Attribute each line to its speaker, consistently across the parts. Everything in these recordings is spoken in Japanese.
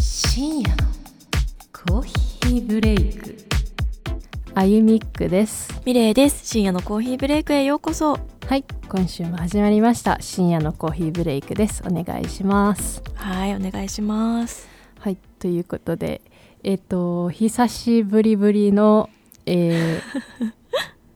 Speaker 1: 深夜のコーヒーブレイク
Speaker 2: あゆみっくです
Speaker 3: ミレイです深夜のコーヒーブレイクへようこそ
Speaker 2: はい今週も始まりました深夜のコーヒーブレイクですお願いします
Speaker 3: はいお願いします
Speaker 2: はいということでえっ、と久しぶりぶりのえー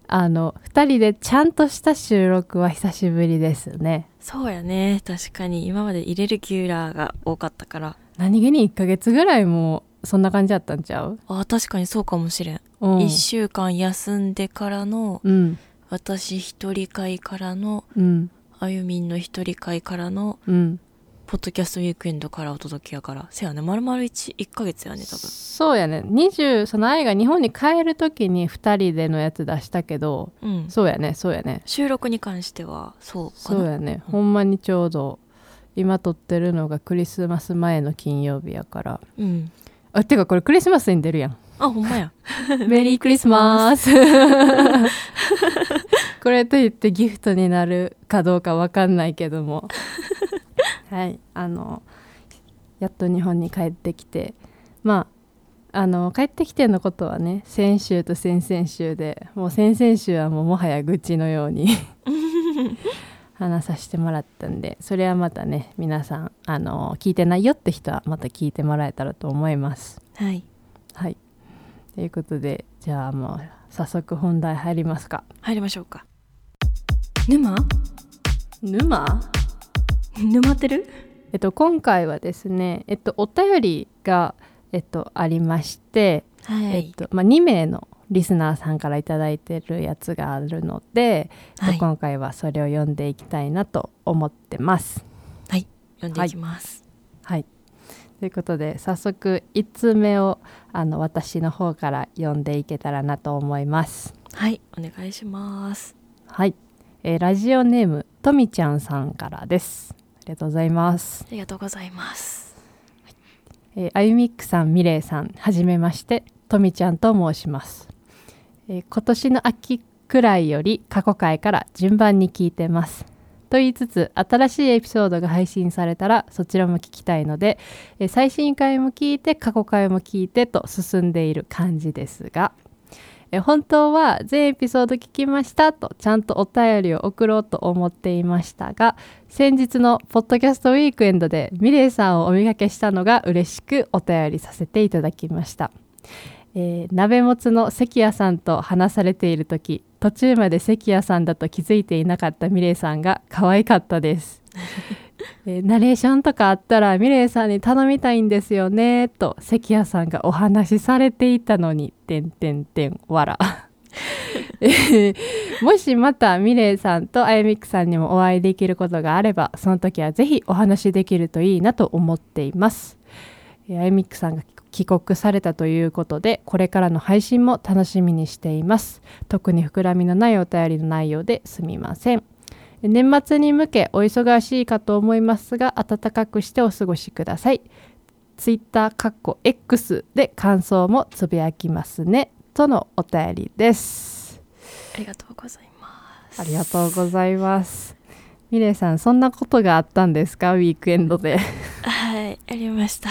Speaker 2: あの2人でちゃんとした収録は久しぶりですね
Speaker 3: そうやね確かに今まで入れるキューラーが多かったから
Speaker 2: 何気に1ヶ月ぐらいもうそんな感じだったんちゃう、
Speaker 3: あ確かにそうかもしれん、
Speaker 2: うん
Speaker 3: 1週間休んでからの
Speaker 2: うん
Speaker 3: 私一人会からの
Speaker 2: うん
Speaker 3: あゆみんの一人会からの
Speaker 2: うん
Speaker 3: ポッドキャストウィークエンドからお届けやからせやね丸々 1, 1ヶ月やね多分
Speaker 2: そうやね20その愛が日本に帰る時に2人でのやつ出したけど
Speaker 3: うん
Speaker 2: そうやねそうやね
Speaker 3: 収録に関してはそうか
Speaker 2: そう
Speaker 3: な
Speaker 2: やね、
Speaker 3: うん
Speaker 2: ほんまにちょうど今撮ってるのがクリスマス前の金曜日やから
Speaker 3: うん
Speaker 2: あてかこれクリスマスに出るやん
Speaker 3: あほ んまや
Speaker 2: メリークリスマス これといってギフトになるかどうかわかんないけど もはいあのやっと日本に帰ってきてまああの帰ってきてのことはね先週と先々週でもう先々週はもうもはや愚痴のよう に話させてもらったんでそれはまたね皆さんあの聞いてないよって人はまた聞いてもらえたらと思います。
Speaker 3: はい
Speaker 2: はい。ということで、じゃあもう早速本題入りますか。
Speaker 3: 入りましょうか
Speaker 1: 沼
Speaker 2: 沼
Speaker 3: 沼ってる
Speaker 2: えっと、今回はですね、えっと、お便りが、えっと、ありまして、
Speaker 3: は
Speaker 2: えっと、まあ、2名のリスナーさんから頂いてるやつがあるので、えっと
Speaker 3: はい
Speaker 2: 今回はそれを読んでいきたいなと思ってます。
Speaker 3: はい読んでいきます
Speaker 2: はい。ということで、早速1通目を、あの、私の方から読んでいけたらなと思います。
Speaker 3: はい、お願いします
Speaker 2: はい、えーラジオネームとみちゃんさんからですありがとうございます
Speaker 3: あ、りがとうございます
Speaker 2: えー、あゆみっくさんみれいさんはじめましてとみちゃんと申します、えー今年の秋くらいより過去回から順番に聞いてますと言いつつ新しいエピソードが配信されたらそちらも聞きたいので、えー最新回も聞いて過去回も聞いてと進んでいる感じですがえー本当は全エピソード聞きましたとちゃんとお便りを送ろうと思っていましたが先日のポッドキャストウィークエンドでミレイさんをお見かけしたのが嬉しくお便りさせていただきました、えー鍋もつの関谷さんと話されている時途中まで関谷さんだと気づいていなかったミレイさんが可愛かったですえーナレーションとかあったらミレイさんに頼みたいんですよねと関谷さんがお話しされていたのに「てんてんてんわら」 えーもしまたミレイさんとあやみくさんにもお会いできることがあればその時はぜひお話しできるといいなと思っていますえーあやみくさんが帰国されたということでこれからの配信も楽しみにしています特に膨らみのないお便りの内容ですみません年末に向けお忙しいかと思いますが暖かくしてお過ごしください Twitter かっこ X で感想もつぶやきますねとのお便りです
Speaker 3: ありがとうございます
Speaker 2: ありがとうございますミレイさんそんなことがあったんですかウィークエンド で
Speaker 3: はいやりました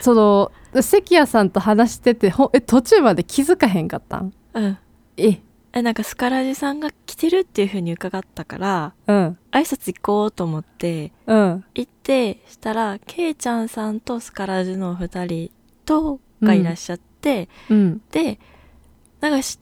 Speaker 2: その関谷さんと話しててほえ途中まで気づかへんかったん
Speaker 3: うん
Speaker 2: え
Speaker 3: えなんかスカラジさんが来てるっていう風に伺ったから
Speaker 2: うん
Speaker 3: 挨拶行こうと思って
Speaker 2: うん
Speaker 3: 行ってしたらけいちゃんさんとスカラジのお二人とがいらっしゃって、
Speaker 2: うん
Speaker 3: でなんかし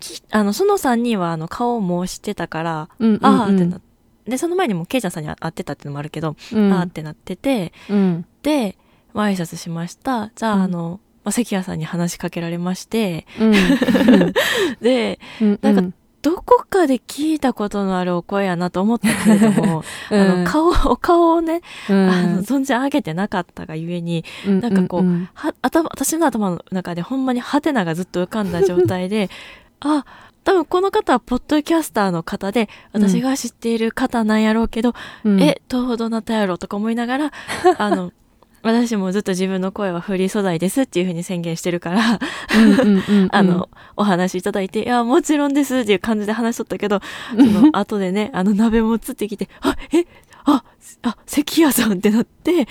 Speaker 3: きあのその3人はあの顔もしてたから、
Speaker 2: うんうん
Speaker 3: ああって
Speaker 2: うん
Speaker 3: なってでその前にもけいちゃんさんに会ってたってのもあるけど、
Speaker 2: うん
Speaker 3: ああってなってて
Speaker 2: うん
Speaker 3: で、まあ、挨拶しました。じゃあ、
Speaker 2: うん
Speaker 3: あの、まあ、関谷さんに話しかけられまして、
Speaker 2: うん
Speaker 3: で、
Speaker 2: うん
Speaker 3: なんかどこかで聞いたことのあるお声やなと思ったけれ ども、あの、顔、お顔をね、
Speaker 2: うん
Speaker 3: あの、存じ上げてなかったがゆえに、なんかこう
Speaker 2: うん
Speaker 3: は、頭、私の頭の中でほんまにハテナがずっと浮かんだ状 態で、あ、多分この方はポッドキャスターの方で、
Speaker 2: うん
Speaker 3: 私が知っている方なんやろうけど、
Speaker 2: うん
Speaker 3: え、東方どなたやろとか思いな がら、あの、私もずっと自分の声はフリー素材ですっていうふうに宣言してるから、
Speaker 2: うんうんうんうん
Speaker 3: あの、お話しいただいて、いや、もちろんですっていう感じで話しとったけど、その、後でね、あの、鍋も映ってきて、あ、え、ああ関谷さんってなってっ
Speaker 2: っ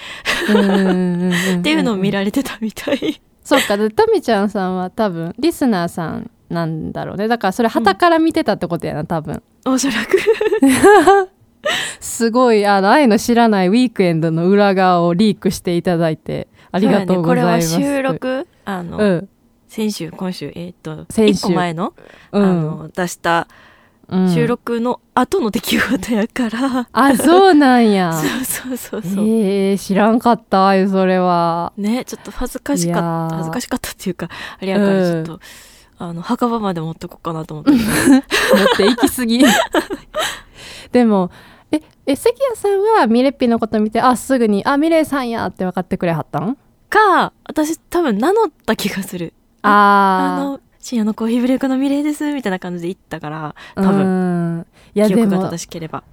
Speaker 2: て
Speaker 3: いうのを見
Speaker 2: れ
Speaker 3: られてたみたい。
Speaker 2: そうかでタミちゃんさんは多分リスナーさんなんだろうねだからそれ旗から見てたってことやな多分
Speaker 3: おそらく
Speaker 2: すごいあの愛の知らないウィークエンドの裏側をリークしていただいてあ
Speaker 3: あ
Speaker 2: りがとうございます、
Speaker 3: これは収録あの、
Speaker 2: うん
Speaker 3: 先週今週えっ、と
Speaker 2: 先週
Speaker 3: 1個前の,、
Speaker 2: うん
Speaker 3: あの出した
Speaker 2: うん
Speaker 3: 収録の後の出来事やから、
Speaker 2: あそうなんや
Speaker 3: そうそうそうそう。
Speaker 2: えー、知らんかったあゆそれは
Speaker 3: ねちょっと恥ずかしか
Speaker 2: いや
Speaker 3: った
Speaker 2: ー
Speaker 3: 恥ずかしかったっていうかあれやからちょっと、あの墓場まで持ってこうかなと思って
Speaker 2: 持って行き過ぎ でもええ関谷さんはミレッピのこと見てあすぐに「あミレイさんや」って分かってくれはったん
Speaker 3: か私多分名乗った気がするあ
Speaker 2: あ
Speaker 3: の深夜のコーヒーブレイクのミレイですみたいな感じで行ったから
Speaker 2: あ
Speaker 3: 多分
Speaker 2: 分いや
Speaker 3: 記
Speaker 2: で
Speaker 3: 憶が
Speaker 2: も
Speaker 3: 正しければ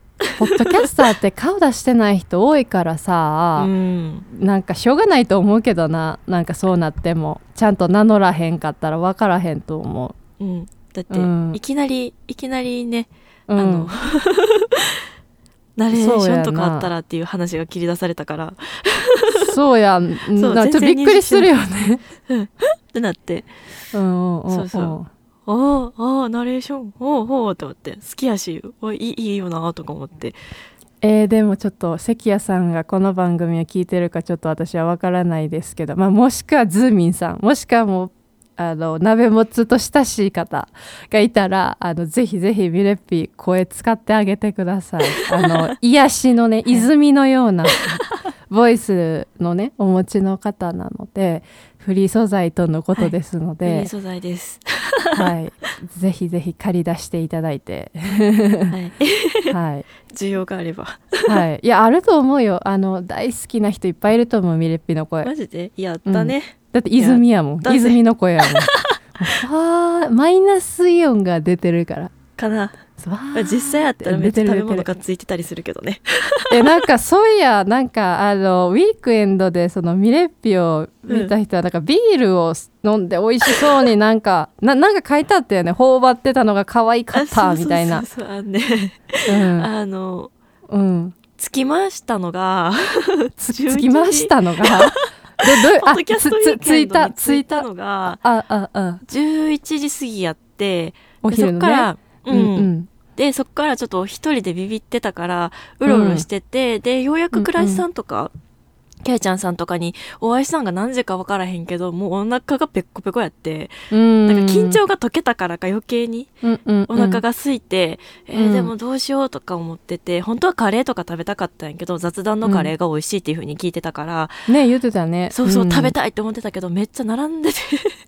Speaker 2: ポッドキャスターって顔出してない人多いから
Speaker 3: う
Speaker 2: さ、
Speaker 3: ん
Speaker 2: なんかしょうがないと思うけどななんかそうなってもちゃんと名乗らへんかったら分からへんと思
Speaker 3: うんだって、
Speaker 2: うん
Speaker 3: いきなりいきなりね、
Speaker 2: う、うん、
Speaker 3: あのナレーションとかあったらっていう話が切り出されたから
Speaker 2: そうやん
Speaker 3: そう
Speaker 2: なんかちょっとびっくりするよね
Speaker 3: ってなって
Speaker 2: うんうんんん
Speaker 3: そうそうおーおーナレーションおーおーって思って好きやしおいいいいいよなとか思って
Speaker 2: えーでもちょっと関谷さんがこの番組を聞いてるかちょっと私は分からないですけど、まあ、もしくはズーミンさんもしくはもうあの鍋もつと親しい方がいたらあのぜひぜひミレッピ声使ってあげてくださいあの癒しのね泉のようなボイスのねお持ちの方なのでフリー素材とのことですの
Speaker 3: いい
Speaker 2: で、
Speaker 3: 素材 です
Speaker 2: はいぜひぜひ借り出していただいて、
Speaker 3: はい
Speaker 2: はい、
Speaker 3: 需要があれば
Speaker 2: はい、いやあると思うよあの大好きな人いっぱいいると思うミレッピの声
Speaker 3: マジでやったね、
Speaker 2: だって泉やもん
Speaker 3: だぜ
Speaker 2: 泉の声やもん もうわーマイナスイオンが出てるから
Speaker 3: かな
Speaker 2: わ
Speaker 3: まあ
Speaker 2: ー
Speaker 3: 実際あったらめっちゃ
Speaker 2: 出て
Speaker 3: 食べ
Speaker 2: る
Speaker 3: 物がついてたりするけどね
Speaker 2: えなんかそういやなんかあのウィークエンドでそのミレッピを見た人はなんかビールを飲んで美味しそうになんかななんか書いてあったよね頬張ってたのが可愛かっ
Speaker 3: あ
Speaker 2: た
Speaker 3: そうそうそう
Speaker 2: みたいな
Speaker 3: そうあのね
Speaker 2: うん
Speaker 3: あの
Speaker 2: うん
Speaker 3: つきましたのが
Speaker 2: つ
Speaker 3: 11
Speaker 2: つきましたのがどど
Speaker 3: ポッドキャストウィー
Speaker 2: つつつい
Speaker 3: クエンド
Speaker 2: た
Speaker 3: に
Speaker 2: つ
Speaker 3: つ
Speaker 2: い
Speaker 3: い
Speaker 2: た
Speaker 3: たのが
Speaker 2: あああ
Speaker 3: 11時過ぎやって
Speaker 2: お
Speaker 3: でそ
Speaker 2: 昼
Speaker 3: っ
Speaker 2: のね
Speaker 3: からう、
Speaker 2: うんんうん
Speaker 3: でそっからちょっと一人でビビってたからうろうろしてて、でようやく倉石さんとか、けいちゃんさんとかにお会いしたんが何時か分からへんけどもうお腹がペッコペコやって
Speaker 2: うん
Speaker 3: なんか緊張が解けたからか余計に
Speaker 2: うんうんうん
Speaker 3: お腹が空いて、え
Speaker 2: う
Speaker 3: ー
Speaker 2: ん
Speaker 3: でもどうしようとか思ってて本当はカレーとか食べたかったんやけど雑談のカレーが美味しいっていう風に聞いてたから、
Speaker 2: ね言ってたね
Speaker 3: そうそう、
Speaker 2: ん
Speaker 3: 食べたいって思ってたけどめっちゃ並ん でて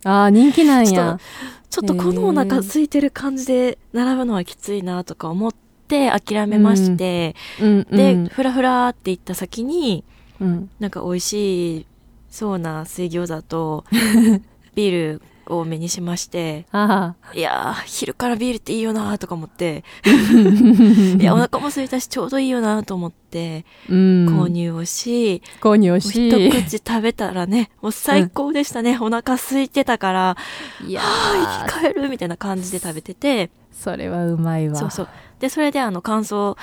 Speaker 2: ああ人気なん
Speaker 3: ちょ
Speaker 2: や
Speaker 3: っちょっとこのお腹空いてる感じで並ぶのはきついなとか思って諦めまして、
Speaker 2: うんう
Speaker 3: で、
Speaker 2: ん
Speaker 3: ふらふらって行った先に
Speaker 2: うん
Speaker 3: なんか美味しいそうな水餃子と ビール多めにしまして
Speaker 2: あ
Speaker 3: いやー昼からビールっていいよなとか 思って
Speaker 2: ー
Speaker 3: いやお腹も空いたしちょうどいいよなと思って
Speaker 2: うん
Speaker 3: 購入をし、
Speaker 2: 購入
Speaker 3: もう
Speaker 2: し
Speaker 3: 一口食べたらねもう最高でしたね、お腹空いてたから
Speaker 2: いや
Speaker 3: 生き返るみたいな感じで食べてて
Speaker 2: それはうまいわ
Speaker 3: そうそうでそれであの感想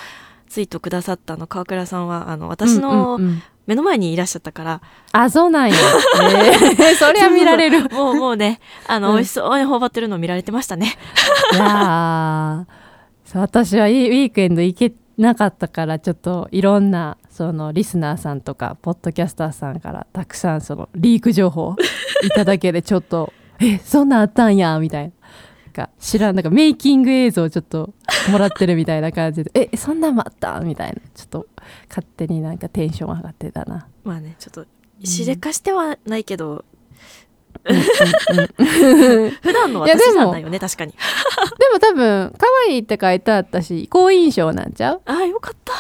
Speaker 3: ツイートくださったあの川倉さんはあの私の
Speaker 2: うんうんうん
Speaker 3: 目の前にいらっしゃったから、
Speaker 2: あそうなんやえーそりゃ見られる
Speaker 3: もうもうねあ
Speaker 2: う
Speaker 3: の、
Speaker 2: ん
Speaker 3: 美味しそうに頬張ってるの見られてましたね
Speaker 2: いやーそう私はいいウィークエンド行けなかったからちょっといろんなそのリスナーさんとかポッドキャスターさんからたくさんそのリーク情報いただけでちょっと「えそんなんあったんや」みたいな。なんか知らんなんかメイキング映像をちょっともらってるみたいな感じで「えそんなんもあった?」みたいなちょっと勝手になんかテンション上がってたな。
Speaker 3: まあねちょっとしでかしてはないけど、 普段の
Speaker 2: いや
Speaker 3: 私
Speaker 2: でも
Speaker 3: なんだよね確かに
Speaker 2: でも多分可愛いって書いてあったし好印象なんちゃう
Speaker 3: ああよかった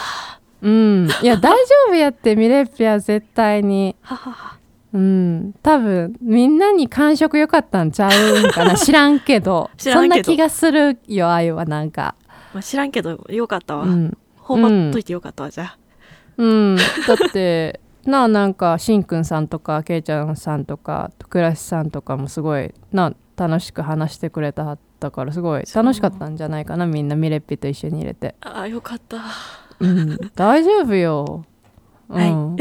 Speaker 2: うん、いや大丈夫やってミレッピは絶対に、
Speaker 3: ははは
Speaker 2: うん、多分みんなに感触良かったんちゃうんかな知らんけど
Speaker 3: 知らんけど
Speaker 2: そんな気がするよあゆはなんか、
Speaker 3: まあ、知らんけどよかったわ、
Speaker 2: うん
Speaker 3: 頬張っといてよかったわじゃあ
Speaker 2: うん、だってなあなんかしんくんさんとかけいちゃんさんとかくらしさんとかもすごいな楽しく話してくれたはったからすごい楽しかったんじゃないかなみんなミレッピと一緒に入れて
Speaker 3: ああよかった
Speaker 2: うん、大丈夫よ。うん、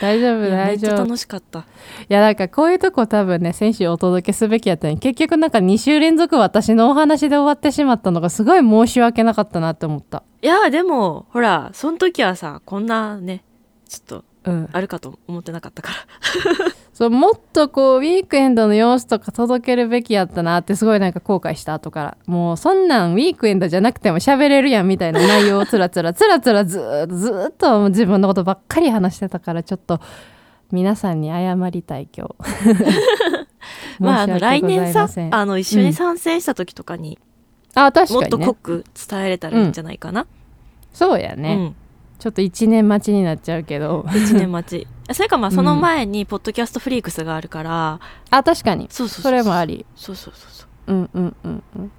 Speaker 2: 大丈
Speaker 3: い
Speaker 2: 夫
Speaker 3: やめっ
Speaker 2: 大
Speaker 3: ち
Speaker 2: 丈
Speaker 3: ゃ
Speaker 2: 夫
Speaker 3: 楽しかった。
Speaker 2: いやなんかこういうとこ多分ね先週お届けすべきやったのに結局なんか2週連続私のお話で終わってしまったのがすごい申し訳なかったなって思った
Speaker 3: いや、でも、ほら、その時はさ、こんなね、ちょっと、
Speaker 2: うん
Speaker 3: あるかと思ってなかったから。
Speaker 2: そうもっとこうウィークエンドの様子とか届けるべきやったなってすごいなんか後悔した後からもうそんなんウィークエンドじゃなくても喋れるやんみたいな内容をつらつらつらつらずーっとずーっと自分のことばっかり話してたからちょっと皆さんに謝りたい今日
Speaker 3: まあ、あの、
Speaker 2: 申し訳
Speaker 3: 来
Speaker 2: ござ
Speaker 3: 年
Speaker 2: いま
Speaker 3: さ
Speaker 2: せ、ん
Speaker 3: あの、一緒に参戦した時とかに、
Speaker 2: あ確
Speaker 3: も
Speaker 2: か
Speaker 3: っと
Speaker 2: にね
Speaker 3: 濃く伝えれたらいいんじゃないかな。
Speaker 2: そうやね、ちょっと1年待ちになっちゃうけど
Speaker 3: うん。1 年待ち。それか、まあ、
Speaker 2: うん
Speaker 3: その前に、ポッドキャストフリークスがあるから、
Speaker 2: あ確かに
Speaker 3: そうそうそう。
Speaker 2: それもあ。り
Speaker 3: そうそうそうそう。
Speaker 2: うんうんうんうん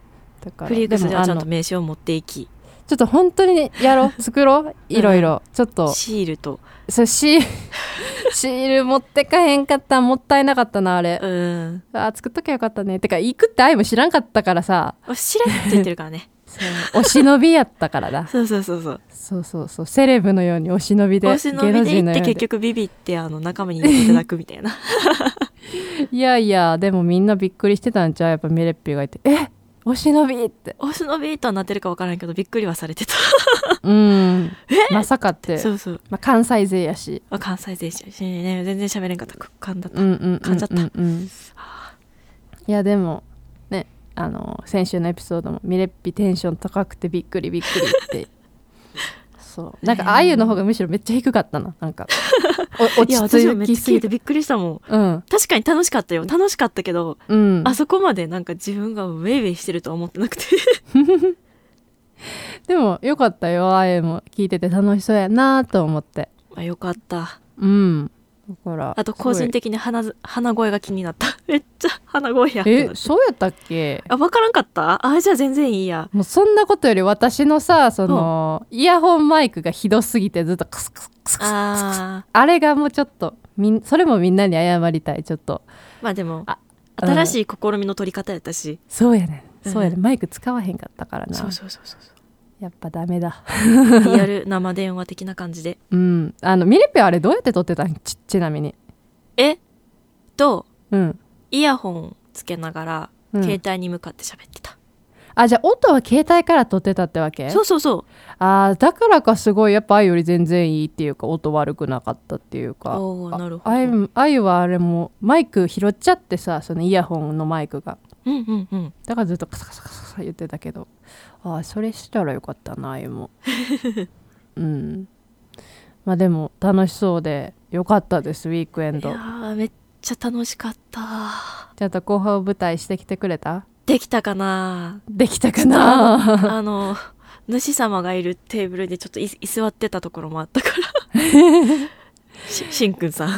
Speaker 2: だから
Speaker 3: フリークス
Speaker 2: で
Speaker 3: で
Speaker 2: も
Speaker 3: は
Speaker 2: あ
Speaker 3: ちゃん
Speaker 2: の
Speaker 3: と
Speaker 2: ち
Speaker 3: 名刺を持っていき、
Speaker 2: ょっと本当にやろ う作ろういろいろちょっと
Speaker 3: シールと、
Speaker 2: そうシール シール持ってかへんかったもったいなかったなあれ
Speaker 3: うん。
Speaker 2: あ作っときゃよかったねてか行くって愛も知らんかったからさ
Speaker 3: おしれって言ってるか らね。
Speaker 2: お忍びやったからだ
Speaker 3: そうそうそうそう。
Speaker 2: そうそうそうセレブのようにお忍びで
Speaker 3: お忍びで
Speaker 2: 芸
Speaker 3: 行
Speaker 2: 能人のよ
Speaker 3: って
Speaker 2: うに
Speaker 3: 結局ビビって、あの、仲間にいただくみたいな。
Speaker 2: いやいやでもみんなびっくりしてたんちゃうやっぱミレッピがいてえお忍びって
Speaker 3: お忍びとはなってるかわからんけど、びっくりはされてた。
Speaker 2: うんまさかって
Speaker 3: そうそう。
Speaker 2: まあ、関西勢やし
Speaker 3: あ関西全身ね、全然喋れんかった。噛んだった。
Speaker 2: うんうんうんうんうん
Speaker 3: 噛んじゃった
Speaker 2: いやでもねあの先週のエピソードもミレッピテンション高くてびっくりびっく りってそうなんかああいうの方がむしろめっちゃ低かったな なんかお
Speaker 3: い
Speaker 2: 落
Speaker 3: や、
Speaker 2: ち
Speaker 3: 私もめ
Speaker 2: 着
Speaker 3: っちゃ
Speaker 2: きす
Speaker 3: 聞い
Speaker 2: ぎて
Speaker 3: てびっくりしたもん。
Speaker 2: うん
Speaker 3: 確かに楽しかったよ。楽しかったけど、
Speaker 2: うん
Speaker 3: あそこまでなんか自分がウェイウェイしてるとは思って なくて。
Speaker 2: でもよかったよああいうのも聞いてて楽しそうやなと思って
Speaker 3: まあよかった。
Speaker 2: うんだから
Speaker 3: あと個人的に鼻ず、鼻声が気になった。 めっちゃ鼻声や
Speaker 2: す
Speaker 3: っ
Speaker 2: ごい
Speaker 3: て
Speaker 2: え
Speaker 3: なって
Speaker 2: そうやったっけ
Speaker 3: あ、わからんかったあ、じゃあ全然いいや。
Speaker 2: もうそんなことより私のさそのイヤホンマイクがひどすぎてずっとクスクスクスクスクス
Speaker 3: あ
Speaker 2: あれがもうちょっとみんそれもみんなに謝りたいちょっと
Speaker 3: ー。まあでも
Speaker 2: あ、うん
Speaker 3: 新しい試みの取り方やったし。
Speaker 2: そうやね
Speaker 3: うん
Speaker 2: んそうやねん、マイク使わへんかったからな
Speaker 3: そうそうそうそう
Speaker 2: やっぱダメだ
Speaker 3: そう。リアル生電話的な感じで。
Speaker 2: うんあのミレピはあれどうやって撮ってたんちちなみに
Speaker 3: えと、
Speaker 2: うん、
Speaker 3: イヤホンつけながら、
Speaker 2: うん
Speaker 3: 携帯に向かって喋ってた。
Speaker 2: あじゃあ音は携帯から撮ってたってわけ
Speaker 3: そうそうそう。
Speaker 2: あーだからかすごいやっぱ愛より全然いいっていうか音悪くなかったっていうか
Speaker 3: おーなるほど
Speaker 2: あ愛愛はあれもマイク拾っちゃってさそのイヤホンのマイクが
Speaker 3: うんうんうん。
Speaker 2: だからずっとカサカサカサカサ言ってたけどああそれしたらよかったなあゆも うんまあでも楽しそうでよかったですウィークエン
Speaker 3: いや
Speaker 2: ド
Speaker 3: ーめっちゃ楽しかった。
Speaker 2: ちゃんと後半舞台してきてくれた
Speaker 3: できたかな
Speaker 2: できたか な
Speaker 3: あの、主様がいるテーブルでちょっとい居座ってたところもあったから。 ししんくんさん。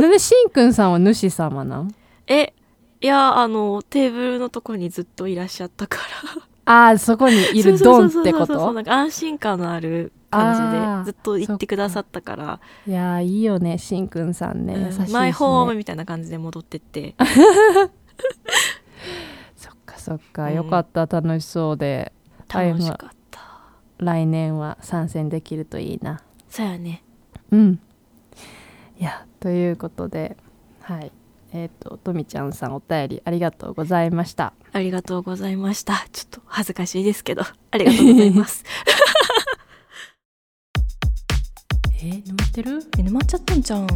Speaker 2: なんでしんくんさんは主様なん
Speaker 3: え、いや、あの、テーブルのところにずっといらっしゃったから。
Speaker 2: ああそこにいるドンって
Speaker 3: そうそうそう
Speaker 2: こ
Speaker 3: そうそうな
Speaker 2: と
Speaker 3: んか安心感のある感
Speaker 2: あー
Speaker 3: じで、ずっと行ってくださったから、
Speaker 2: いやーいいよねしんくんさんね、優しいし、ね、
Speaker 3: マイホームみたいな感じで戻っ てって。
Speaker 2: そっかそっ
Speaker 3: う
Speaker 2: か
Speaker 3: ん
Speaker 2: よかった楽しそうで
Speaker 3: 楽しかった。
Speaker 2: 来年は参戦できるといいな
Speaker 3: そうやね。
Speaker 2: うん。いや、ということで、はい。えっ、と、とみちゃんさんお便りありがとうございました。
Speaker 3: ありがとうございました。ちょっと恥ずかしいですけど、 ありがとうござい ます。
Speaker 2: え沼ってる
Speaker 3: え、沼っちゃったんじゃん。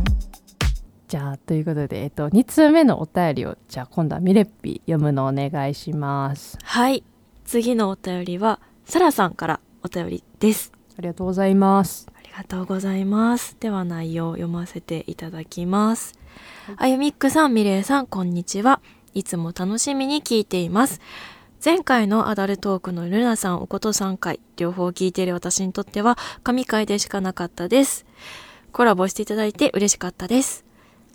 Speaker 2: じゃあ、ということで、えっ、と、2通目のお便りを、じゃあ今度はミレッピ読むのお願いします。
Speaker 3: はい。次のお便りは、サラさんからお便りです。
Speaker 2: ありがとうございます。
Speaker 3: ありがとうございます。では内容を読ませていただきます。あゆみっくさん、みれいさん、こんにちは。いつも楽しみに聞いています。前回のアダルトークのルナさん、おことさん回、両方聞いている私にとっては、神回でしかなかったです。コラボしていただいて嬉しかったです。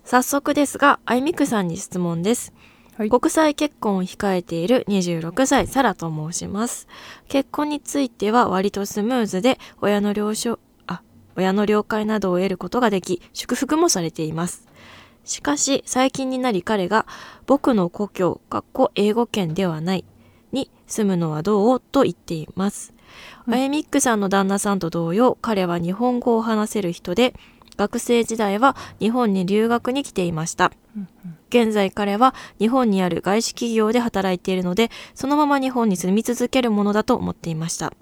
Speaker 3: 早速ですが、あゆみっくさんに質問です。
Speaker 2: はい
Speaker 3: 国際結婚を控えている26歳サラと申します。結婚については割とスムーズで親の了承、あ、親の了解などを得ることができ、祝福もされています。しかし、最近になり彼が、僕の故郷、かっこ英語圏ではない、に住むのはどうと言っています。
Speaker 2: うん
Speaker 3: あゆみっくさんの旦那さんと同様彼は日本語を話せる人で学生時代は日本に留学に来ていました
Speaker 2: うん
Speaker 3: 現在彼は日本にある外資企業で働いているのでそのまま日本に住み続けるものだと思っていました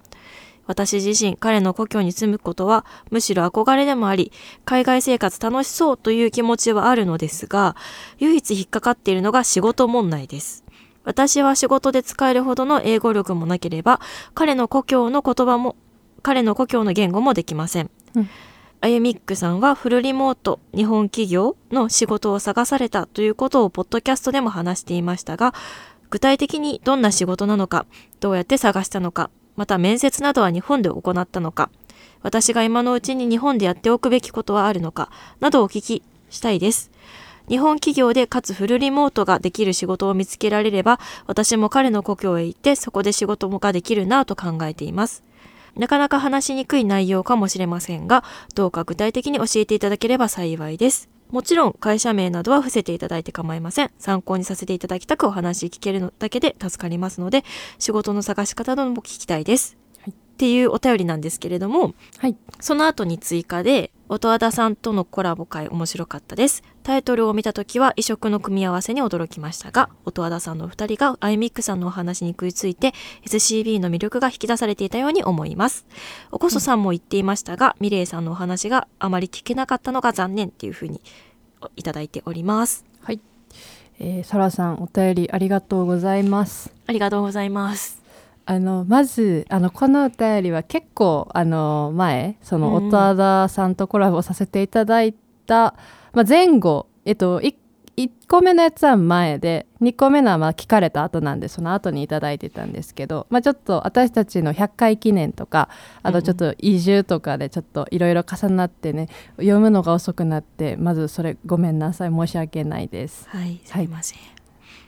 Speaker 3: 私自身彼の故郷に住むことはむしろ憧れでもあり海外生活楽しそうという気持ちはあるのですが唯一引っかかっているのが仕事問題です私は仕事で使えるほどの英語力もなければ彼の故郷の言葉も彼の故郷の言語もできません
Speaker 2: うん
Speaker 3: あゆみっくさんはフルリモート日本企業の仕事を探されたということをポッドキャストでも話していましたが具体的にどんな仕事なのかどうやって探したのかまた面接などは日本で行ったのか私が今のうちに日本でやっておくべきことはあるのかなどをお聞きしたいです日本企業でかつフルリモートができる仕事を見つけられれば私も彼の故郷へ行ってそこで仕事ができるなぁと考えていますなかなか話しにくい内容かもしれませんが、どうか具体的に教えていただければ幸いです。もちろん会社名などは伏せていただいて構いません。参考にさせていただきたくお話聞けるのだけで助かりますので、仕事の探し方なども聞きたいです。
Speaker 2: はい
Speaker 3: っていうお便りなんですけれども、
Speaker 2: はい
Speaker 3: その後に追加で、音和田さんとのコラボ会面白かったです。タイトルを見た時は異色の組み合わせに驚きましたが、音和田さんのお二人がアイミックさんのお話に食いついて、SCB の魅力が引き出されていたように思います。おこそさんも言っていましたが、ミレイさんのお話があまり聞けなかったのが残念っていうふうにいただいております。
Speaker 2: はい、えー、サラさんお便りありがとうございます
Speaker 3: ありがとうございます。
Speaker 2: あのまずあのこのお便りは結構あの前その
Speaker 3: うん
Speaker 2: 音和田さんとコラボさせていただいた、まあ、前後えっとい1個目のやつは前で2個目のはまあ聞かれた後なんでその後にいただいてたんですけど、まあ、ちょっと私たちの100回記念とかあとちょっと移住とかでちょっといろいろ重なってね読むのが遅くなってまずそれごめんなさい申し訳ないです。
Speaker 3: はい、すいません。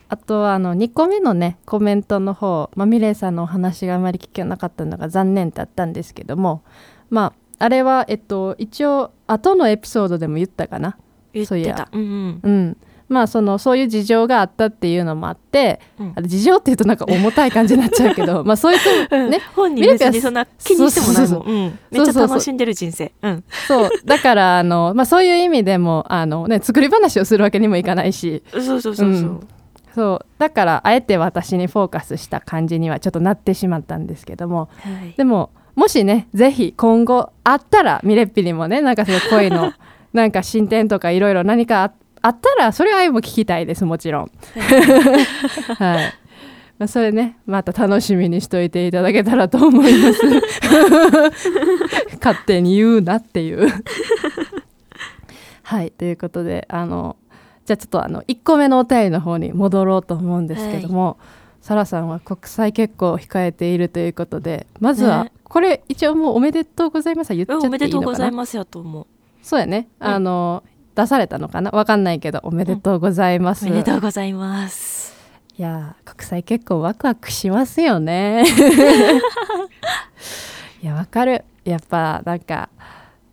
Speaker 2: あとはあの2個目のねコメントの方、まあ、ミレイさんのお話があまり聞けなかったのが残念だったんですけどもまああれはえっと一応後のエピソードでも言ったかな
Speaker 3: 言っ
Speaker 2: そうい
Speaker 3: て
Speaker 2: や
Speaker 3: た。うんうん。
Speaker 2: うんまあそのそういう事情があったっていうのもあって
Speaker 3: うん
Speaker 2: あの事情っていうとなんか重たい感じになっちゃうけどまあそういうつもね
Speaker 3: 本人
Speaker 2: ミルク
Speaker 3: 別
Speaker 2: は
Speaker 3: にそんな気にしてもない
Speaker 2: そう
Speaker 3: もん。うんめっちゃ楽しんでる人生。うん。
Speaker 2: そうだからあの、まあ、そういう意味でもあの、ね、作り話をするわけにもいかないし
Speaker 3: そうそうそうそう。
Speaker 2: そうだからあえて私にフォーカスした感じにはちょっとなってしまったんですけども
Speaker 3: はい。
Speaker 2: でももしねぜひ今後あったらミレッピにもねなんかそういう恋のなんか進展とかいろいろ何かああったらそれは愛も聞きたいですもちろん。はいまあ、それねまた楽しみにしといていただけたらと思います勝手に言うなっていうはいということであのじゃあちょっとあの1個目のお便りの方に戻ろうと思うんですけども、サラさんは国際結婚を控えているということでまずは
Speaker 3: ね
Speaker 2: これ一応もうおめでとうございますは言っちゃっ
Speaker 3: うん
Speaker 2: てい
Speaker 3: お
Speaker 2: いの
Speaker 3: め
Speaker 2: かな
Speaker 3: でとうございますやと思う。
Speaker 2: そうやね、
Speaker 3: うん
Speaker 2: あの出されたのかなわかんないけどおめでとうございます、
Speaker 3: おめでとうございます。
Speaker 2: いやー国際結婚ワクワクしますよ ね。いやわかるやっぱなんか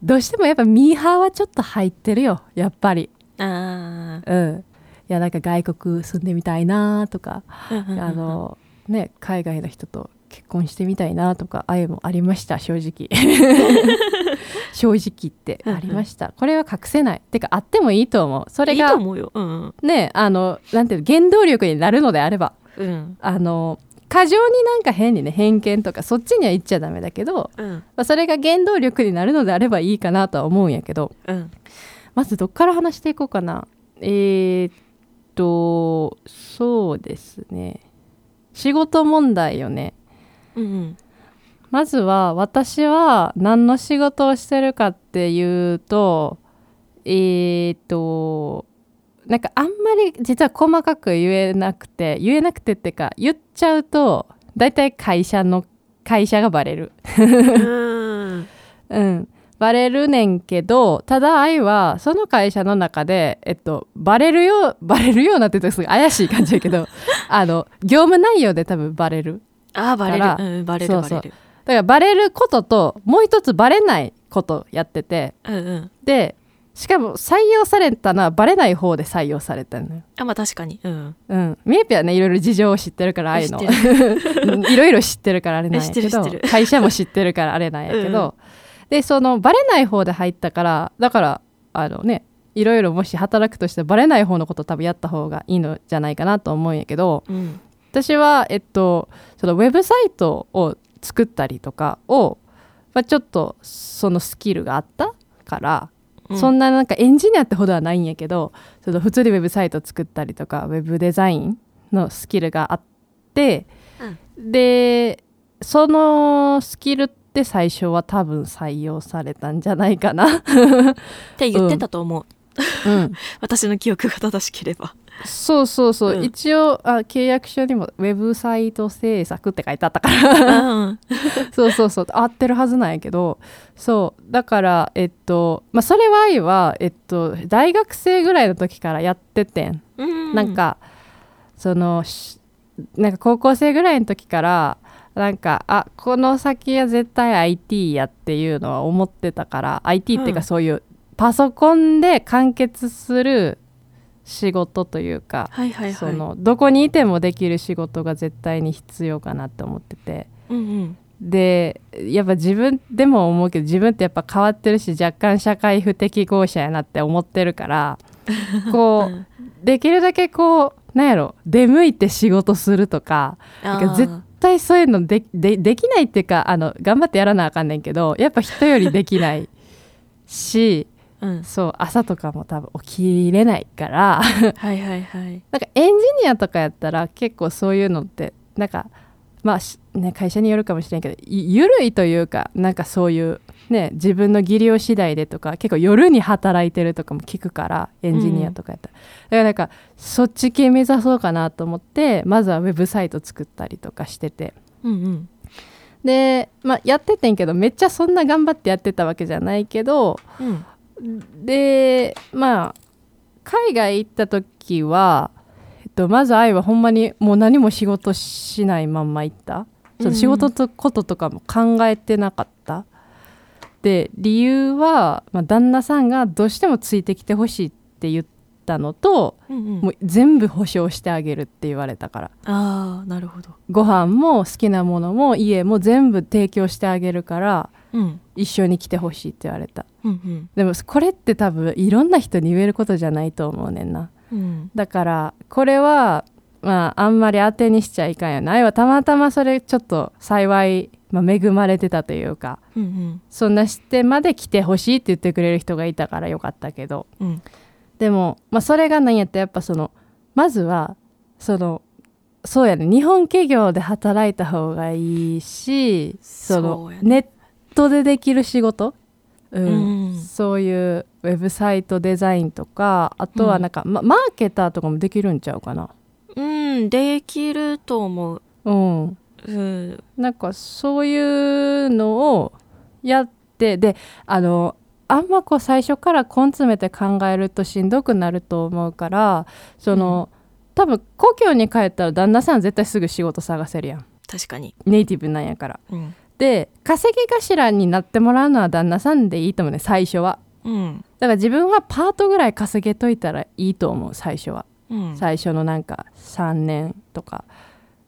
Speaker 2: どうしてもやっぱミーハーはちょっと入ってるよやっぱり。
Speaker 3: あ
Speaker 2: うん、いやなんか外国住んでみたいなとか、
Speaker 3: あ。うんうんうん
Speaker 2: あ、のね海外の人と結婚してみたいなとか愛もありました正 直。正直言ってありました。これは隠せない。てかあってもいいと思う。それ
Speaker 3: いいと
Speaker 2: が
Speaker 3: 思うよ。うん
Speaker 2: ねあのなんていうの原動力になるのであれば。
Speaker 3: うん。うん。
Speaker 2: あの過剰になんか変にね偏見とかそっちには言っちゃダメだけど、
Speaker 3: うん。
Speaker 2: まあ、それが原動力になるのであればいいかなとは思うんやけど
Speaker 3: うん。
Speaker 2: まずどっから話していこうかなえーっとそうですね仕事問題よね
Speaker 3: うん。
Speaker 2: まずは私は何の仕事をしてるかっていうとえーっとなんかあんまり実は細かく言えなくて言えなくてってか言っちゃうと大体会社の会社がバレる
Speaker 3: うん。
Speaker 2: うんバレるねんけどただ愛はその会社の中でえっとバレるようバレるようなって言うとすごい怪しい感じやけ どあの業務内容で多分バレる
Speaker 3: ああ、バレ
Speaker 2: だか
Speaker 3: る。うん、バレ
Speaker 2: そ
Speaker 3: る、
Speaker 2: う
Speaker 3: バ
Speaker 2: そう
Speaker 3: レる。
Speaker 2: だからバレることともう一つバレないことやってて
Speaker 3: うんうん。
Speaker 2: でしかも採用されたのはバレない方で採用されたのよ。
Speaker 3: あまあ確かにうん
Speaker 2: うん、ミエピはねいろいろ事情を知ってるからああいうの
Speaker 3: 知
Speaker 2: いろいろ知ってるからあれなんやけ
Speaker 3: 知っ
Speaker 2: ど
Speaker 3: てる知ってる
Speaker 2: 会社も知ってるからあれなんやけど、でそのバレない方で入ったからだからあのねいろいろもし働くとしてバレない方のこと多分やった方がいいのじゃないかなと思うんやけど
Speaker 3: うん
Speaker 2: 私は、えっと、そのウェブサイトを作ったりとかを、まあ、ちょっとそのスキルがあったからそんななんかエンジニアってほどはないんやけどその普通にウェブサイト作ったりとかウェブデザインのスキルがあって、でそのスキルって最初は多分採用されたんじゃないかな、
Speaker 3: って言ってたと思う、
Speaker 2: うん、
Speaker 3: 私の記憶が正しければ
Speaker 2: そうそうそう、
Speaker 3: うん
Speaker 2: 一応あ契約書にもウェブサイト制作って書いてあったから
Speaker 3: うん
Speaker 2: そうそうそう合ってるはずなんやけどそうだからえっとまあそれは愛はえっと大学生ぐらいの時からやっててん
Speaker 3: うん
Speaker 2: なんかそのしなんか高校生ぐらいの時からなんかあこの先は絶対 IT やっていうのは思ってたから IT っていう
Speaker 3: う
Speaker 2: か
Speaker 3: ん
Speaker 2: そういうパソコンで完結する仕事というか、
Speaker 3: はいはいはい
Speaker 2: そのどこにいてもできる仕事が絶対に必要かなって思ってて。
Speaker 3: うんうん
Speaker 2: でやっぱ自分でも思うけど自分ってやっぱ変わってるし若干社会不適合者やなって思ってるから こう、
Speaker 3: うん
Speaker 2: できるだけこうなんやろ出向いて仕事するとかなんか
Speaker 3: あー
Speaker 2: 絶対そういうのででできないっていうかあの頑張ってやらなあかんねんけどやっぱ人よりできないし
Speaker 3: うん
Speaker 2: そう朝とかも多分起きれないから
Speaker 3: はいはいはい
Speaker 2: なんかエンジニアとかやったら結構そういうのってなんかまあしね、会社によるかもしれんけどいゆるいというかなんかそういう、ね、自分の技量次第でとか結構夜に働いてるとかも聞くからエンジニアとかやったら、だからなんかそっち系目指そうかなと思ってまずはウェブサイト作ったりとかしてて
Speaker 3: うんうん
Speaker 2: で、まあ、やっててんけどめっちゃそんな頑張ってやってたわけじゃないけど
Speaker 3: うん
Speaker 2: でまあ海外行った時は、えっと、まず愛はほんまにもう何も仕事しないまんま行ったちょっと仕事とこととかも考えてなかった、で理由は、まあ、旦那さんがどうしてもついてきてほしいって言ったのと
Speaker 3: うんうん
Speaker 2: もう全部保証してあげるって言われたから
Speaker 3: ああなるほど
Speaker 2: ご飯も好きなものも家も全部提供してあげるから
Speaker 3: うん
Speaker 2: 一緒に来てほしいって言われた
Speaker 3: うん
Speaker 2: でもこれって多分いろんな人に言えることじゃないと思うねんな
Speaker 3: うんうん
Speaker 2: だからこれはまああんまり当てにしちゃいかんよな愛はたまたまそれちょっと幸い、まあ、恵まれてたというか
Speaker 3: うん
Speaker 2: そんなしてまで来てほしいって言ってくれる人がいたからよかったけど
Speaker 3: うんうん
Speaker 2: でも、まあ、それが何やったらやっぱそのまずはそのそうやね日本企業で働いた方がいいしその
Speaker 3: そうやね
Speaker 2: ネットでできる仕事、うん
Speaker 3: うん
Speaker 2: そういうウェブサイトデザインとかあとはなんか、まマーケターとかもできるんちゃうかな。
Speaker 3: うんできると思う
Speaker 2: うん、
Speaker 3: うん
Speaker 2: なんかそういうのをやってであのあんまこう最初から根詰めて考えるとしんどくなると思うからその、多分故郷に帰ったら旦那さん絶対すぐ仕事探せるやん
Speaker 3: 確かに
Speaker 2: ネイティブなんやから。
Speaker 3: うん
Speaker 2: で稼ぎ頭になってもらうのは旦那さんでいいと思うね最初は。
Speaker 3: うん
Speaker 2: だから自分はパートぐらい稼げといたらいいと思う最初は。
Speaker 3: うん
Speaker 2: 最初のなんか3年とか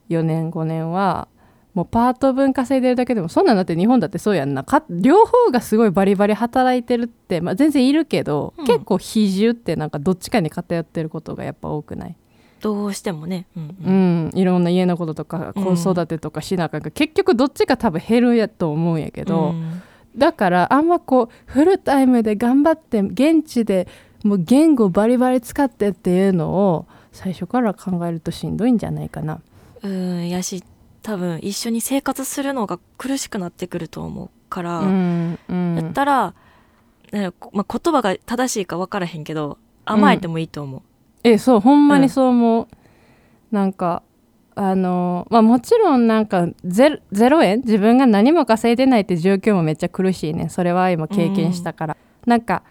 Speaker 2: 4年5年はもうパート分稼いでるだけでもそんなんだって日本だってそうやんなか両方がすごいバリバリ働いてるって、まあ、全然いるけど、
Speaker 3: うん
Speaker 2: 結構比重ってなんかどっちかに偏ってることがやっぱ多くない、
Speaker 3: どうしてもねうんう
Speaker 2: うんんいろんな家のこととか
Speaker 3: うん
Speaker 2: 子育てとかしなあかんから、結局どっちか多分減るやと思うんやけど、
Speaker 3: うん
Speaker 2: だからあんまこうフルタイムで頑張って現地でもう言語バリバリ使ってっていうのを最初から考えるとしんどいんじゃないかな。
Speaker 3: うんやし多分一緒に生活するのが苦しくなってくると思うから、
Speaker 2: うんうん
Speaker 3: やったら、ねこまあ、言葉が正しいか分からへんけど甘えてもいいと思う、
Speaker 2: えそうほんまにそう思う、なんかあのまあもちろんなんかゼロゼロ円自分が何も稼いでないって状況もめっちゃ苦しいねんそれは今経験したから、なんか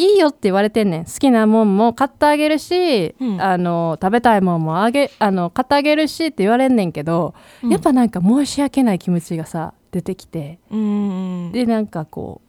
Speaker 2: いいよって言われてんねん好きなもんも買ってあげるし、
Speaker 3: うん
Speaker 2: あの食べたいもんもあげあの買ってあげるしって言われんねんけど、
Speaker 3: うん
Speaker 2: やっぱなんか申し訳ない気持ちがさ出てきて
Speaker 3: うんうん
Speaker 2: でなんかこ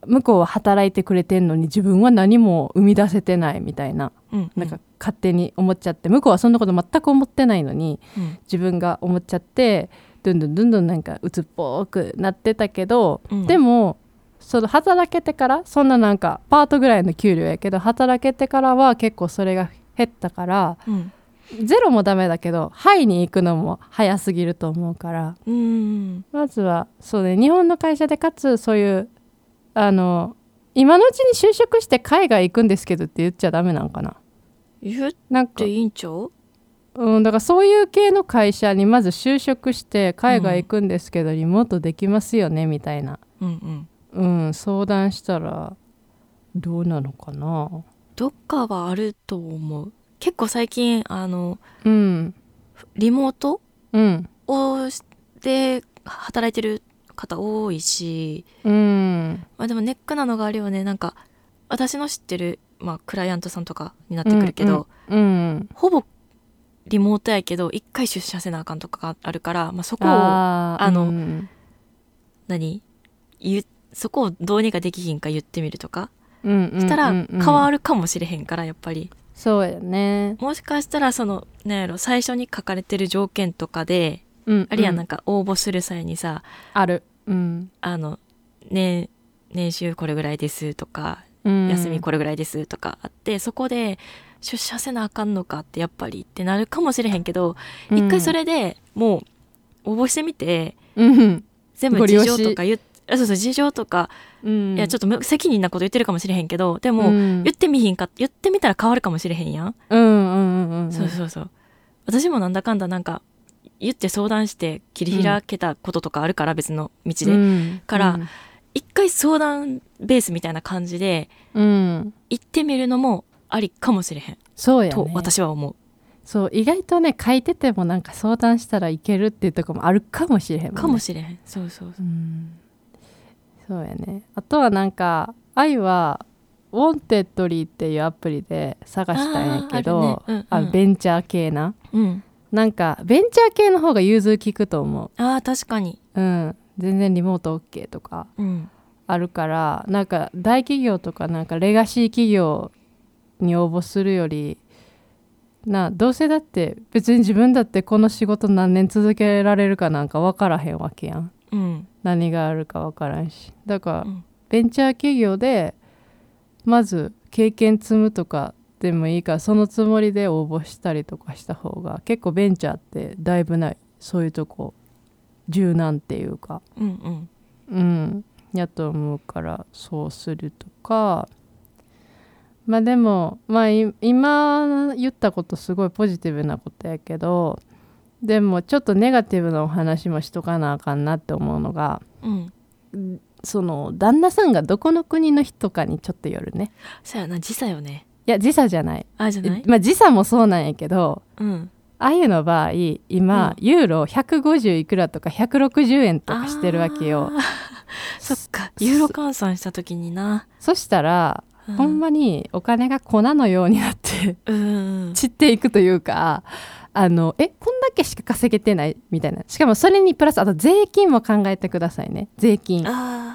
Speaker 2: う向こうは働いてくれてんのに自分は何も生み出せてないみたいな
Speaker 3: うん
Speaker 2: なんか勝手に思っちゃって向こうはそんなこと全く思ってないのに
Speaker 3: うん
Speaker 2: 自分が思っちゃってどんどんどんどんなんか鬱っぽくなってたけど、
Speaker 3: うん
Speaker 2: でもその働けてからそんななんかパートぐらいの給料やけど働けてからは結構それが減ったから
Speaker 3: うん
Speaker 2: ゼロもダメだけどハイに行くのも早すぎると思うから
Speaker 3: うん
Speaker 2: まずはそうね日本の会社でかつそういうあの今のうちに就職して海外行くんですけどって言っちゃダメなんかな。
Speaker 3: 言っ
Speaker 2: なんか
Speaker 3: ていいんちゃう
Speaker 2: うん、だからそういう系の会社にまず就職して海外行くんですけどリモートできますよねみたいな、
Speaker 3: うんうん
Speaker 2: うん、相談したらどうなのかな
Speaker 3: どっかはあると思う結構最近あの
Speaker 2: うん
Speaker 3: リモート
Speaker 2: うん
Speaker 3: をしで働いてる方多いし
Speaker 2: うん
Speaker 3: まあでもネックなのがあるよねなんか私の知ってる、まあ、クライアントさんとかになってくるけど、
Speaker 2: うん
Speaker 3: ほぼリモートやけど一回出社せなあかんとかがあるから、まあ、そこを
Speaker 2: あー
Speaker 3: あの
Speaker 2: うん
Speaker 3: 何言うそこをどうにかできひんか言ってみるとか
Speaker 2: うんうん
Speaker 3: したら
Speaker 2: うんうん
Speaker 3: 変わるかもしれへんからやっぱり
Speaker 2: そうやね
Speaker 3: もしかしたらそのなんやろ最初に書かれてる条件とかで
Speaker 2: うん
Speaker 3: あるいは
Speaker 2: うん
Speaker 3: なんか応募する際にさ
Speaker 2: あるうん、
Speaker 3: あの、ね、年収これぐらいですとか
Speaker 2: うん、
Speaker 3: 休みこれぐらいですとかあってそこで出社せなあかんのかってやっぱりってなるかもしれへんけど
Speaker 2: うん
Speaker 3: 一回それでもう応募してみて
Speaker 2: うん、
Speaker 3: 全
Speaker 2: ご
Speaker 3: 部
Speaker 2: 利
Speaker 3: 事
Speaker 2: 用し
Speaker 3: 情とか言っあそうそう事情とか、
Speaker 2: うん、
Speaker 3: いやちょっ
Speaker 2: っ
Speaker 3: と無責任なこと言ってるかもしれへんけどで
Speaker 2: と
Speaker 3: も、
Speaker 2: うん、
Speaker 3: 言ってみひんか言ってみたら変わるかもしれへんやん、
Speaker 2: うんうんうんうん
Speaker 3: そうそうそう私もなんだかんだなんか言って相談して切り開けたこととかあるから、別の道で、
Speaker 2: うん
Speaker 3: から一回相談ベースみたいな感じで
Speaker 2: うん、うん、
Speaker 3: 行ってみるのもありかもしれへん
Speaker 2: そうやね
Speaker 3: と私は思う
Speaker 2: そう意外とね書いててもなんか相談したらいけるっていうとこもあるかもしれへんもんね
Speaker 3: かもしれへんそうそうそ
Speaker 2: う
Speaker 3: う
Speaker 2: んそうやねあとはなんか愛は「ウォンテッドリー」っていうアプリで探したんやけど
Speaker 3: あーある
Speaker 2: あ
Speaker 3: ねうんうん
Speaker 2: ベンチャー系な
Speaker 3: うん
Speaker 2: なんかベンチャー系の方が融通きくと思
Speaker 3: あー確かに
Speaker 2: ううん全然リモート OK とか
Speaker 3: うん
Speaker 2: あるからなんか大企業とかなんかレガシー企業に応募するよりなどうせだって別に自分だってこの仕事何年続けられるかなんか分からへんわけやん
Speaker 3: うん
Speaker 2: 何があるか分からんしだから、
Speaker 3: うん
Speaker 2: ベンチャー企業でまず経験積むとかでもいいからそのつもりで応募したりとかした方が結構ベンチャーってだいぶないそういうとこ柔軟っていうか
Speaker 3: うんうん
Speaker 2: うん、やと思うからそうするとかまあでも、まあ、い今言ったことすごいポジティブなことやけどでもちょっとネガティブなお話もしとかなあかんなって思うのが
Speaker 3: うん
Speaker 2: その旦那さんがどこの国の人かにちょっとよるね
Speaker 3: そうやな時差よね
Speaker 2: いや時差じゃない
Speaker 3: あーじゃない
Speaker 2: まあ時差もそうなんやけど
Speaker 3: うん
Speaker 2: あゆの場合今、
Speaker 3: う
Speaker 2: ユーロ150いくらとか160円とかしてるわけよ
Speaker 3: あーそっかユーロ換算した時にな、
Speaker 2: そしたら
Speaker 3: う
Speaker 2: ほんまにお金が粉のようになって
Speaker 3: うんうん
Speaker 2: 散っていくというかあのえこんだけしか稼げてないみたいなしかもそれにプラスあと税金も考えてくださいね税金
Speaker 3: あ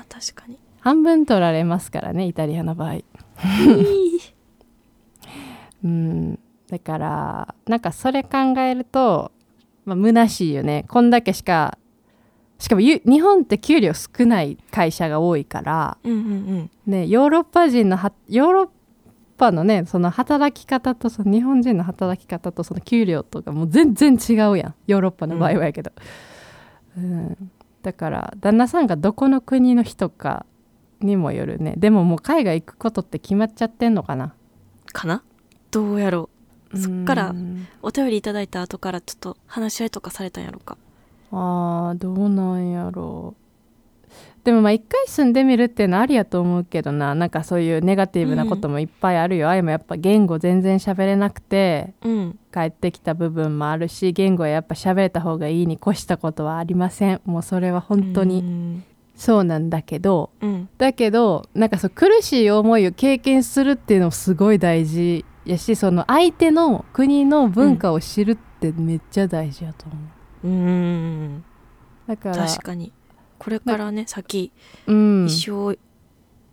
Speaker 3: ー確か に
Speaker 2: 半分取られますからねイタリアの場合うんだからなんかそれ考えると、まあ、虚しいよねこんだけしかしかもゆ日本って給料少ない会社が多いから
Speaker 3: うんうん
Speaker 2: ね、ヨーロッパ人のはヨーロッパのねその働き方とその日本人の働き方とその給料とかもう全然違うやんヨーロッパの場合はやけど、うんだから旦那さんがどこの国の人かにもよるねでももう海外行くことって決まっちゃってんのかな
Speaker 3: かなどうやろうそっから
Speaker 2: うん
Speaker 3: お便りいただいた後からちょっと話し合いとかされたんやろうか
Speaker 2: あーどうなんやろうでもまあ一回住んでみるっていうのありやと思うけどななんかそういうネガティブなこともいっぱいあるよ、あやもやっぱ言語全然喋れなくて
Speaker 3: うん
Speaker 2: 帰ってきた部分もあるし言語はやっぱ喋れた方がいいに越したことはありませんもうそれは本当
Speaker 3: う
Speaker 2: に
Speaker 3: ん
Speaker 2: そうなんだけど
Speaker 3: うん
Speaker 2: だけどなんかそう苦しい思いを経験するっていうのもすごい大事やしその相手の国の文化を知るってめっちゃ大事やと思う、
Speaker 3: うん
Speaker 2: だから
Speaker 3: 確かにこれからね先
Speaker 2: うん
Speaker 3: 一生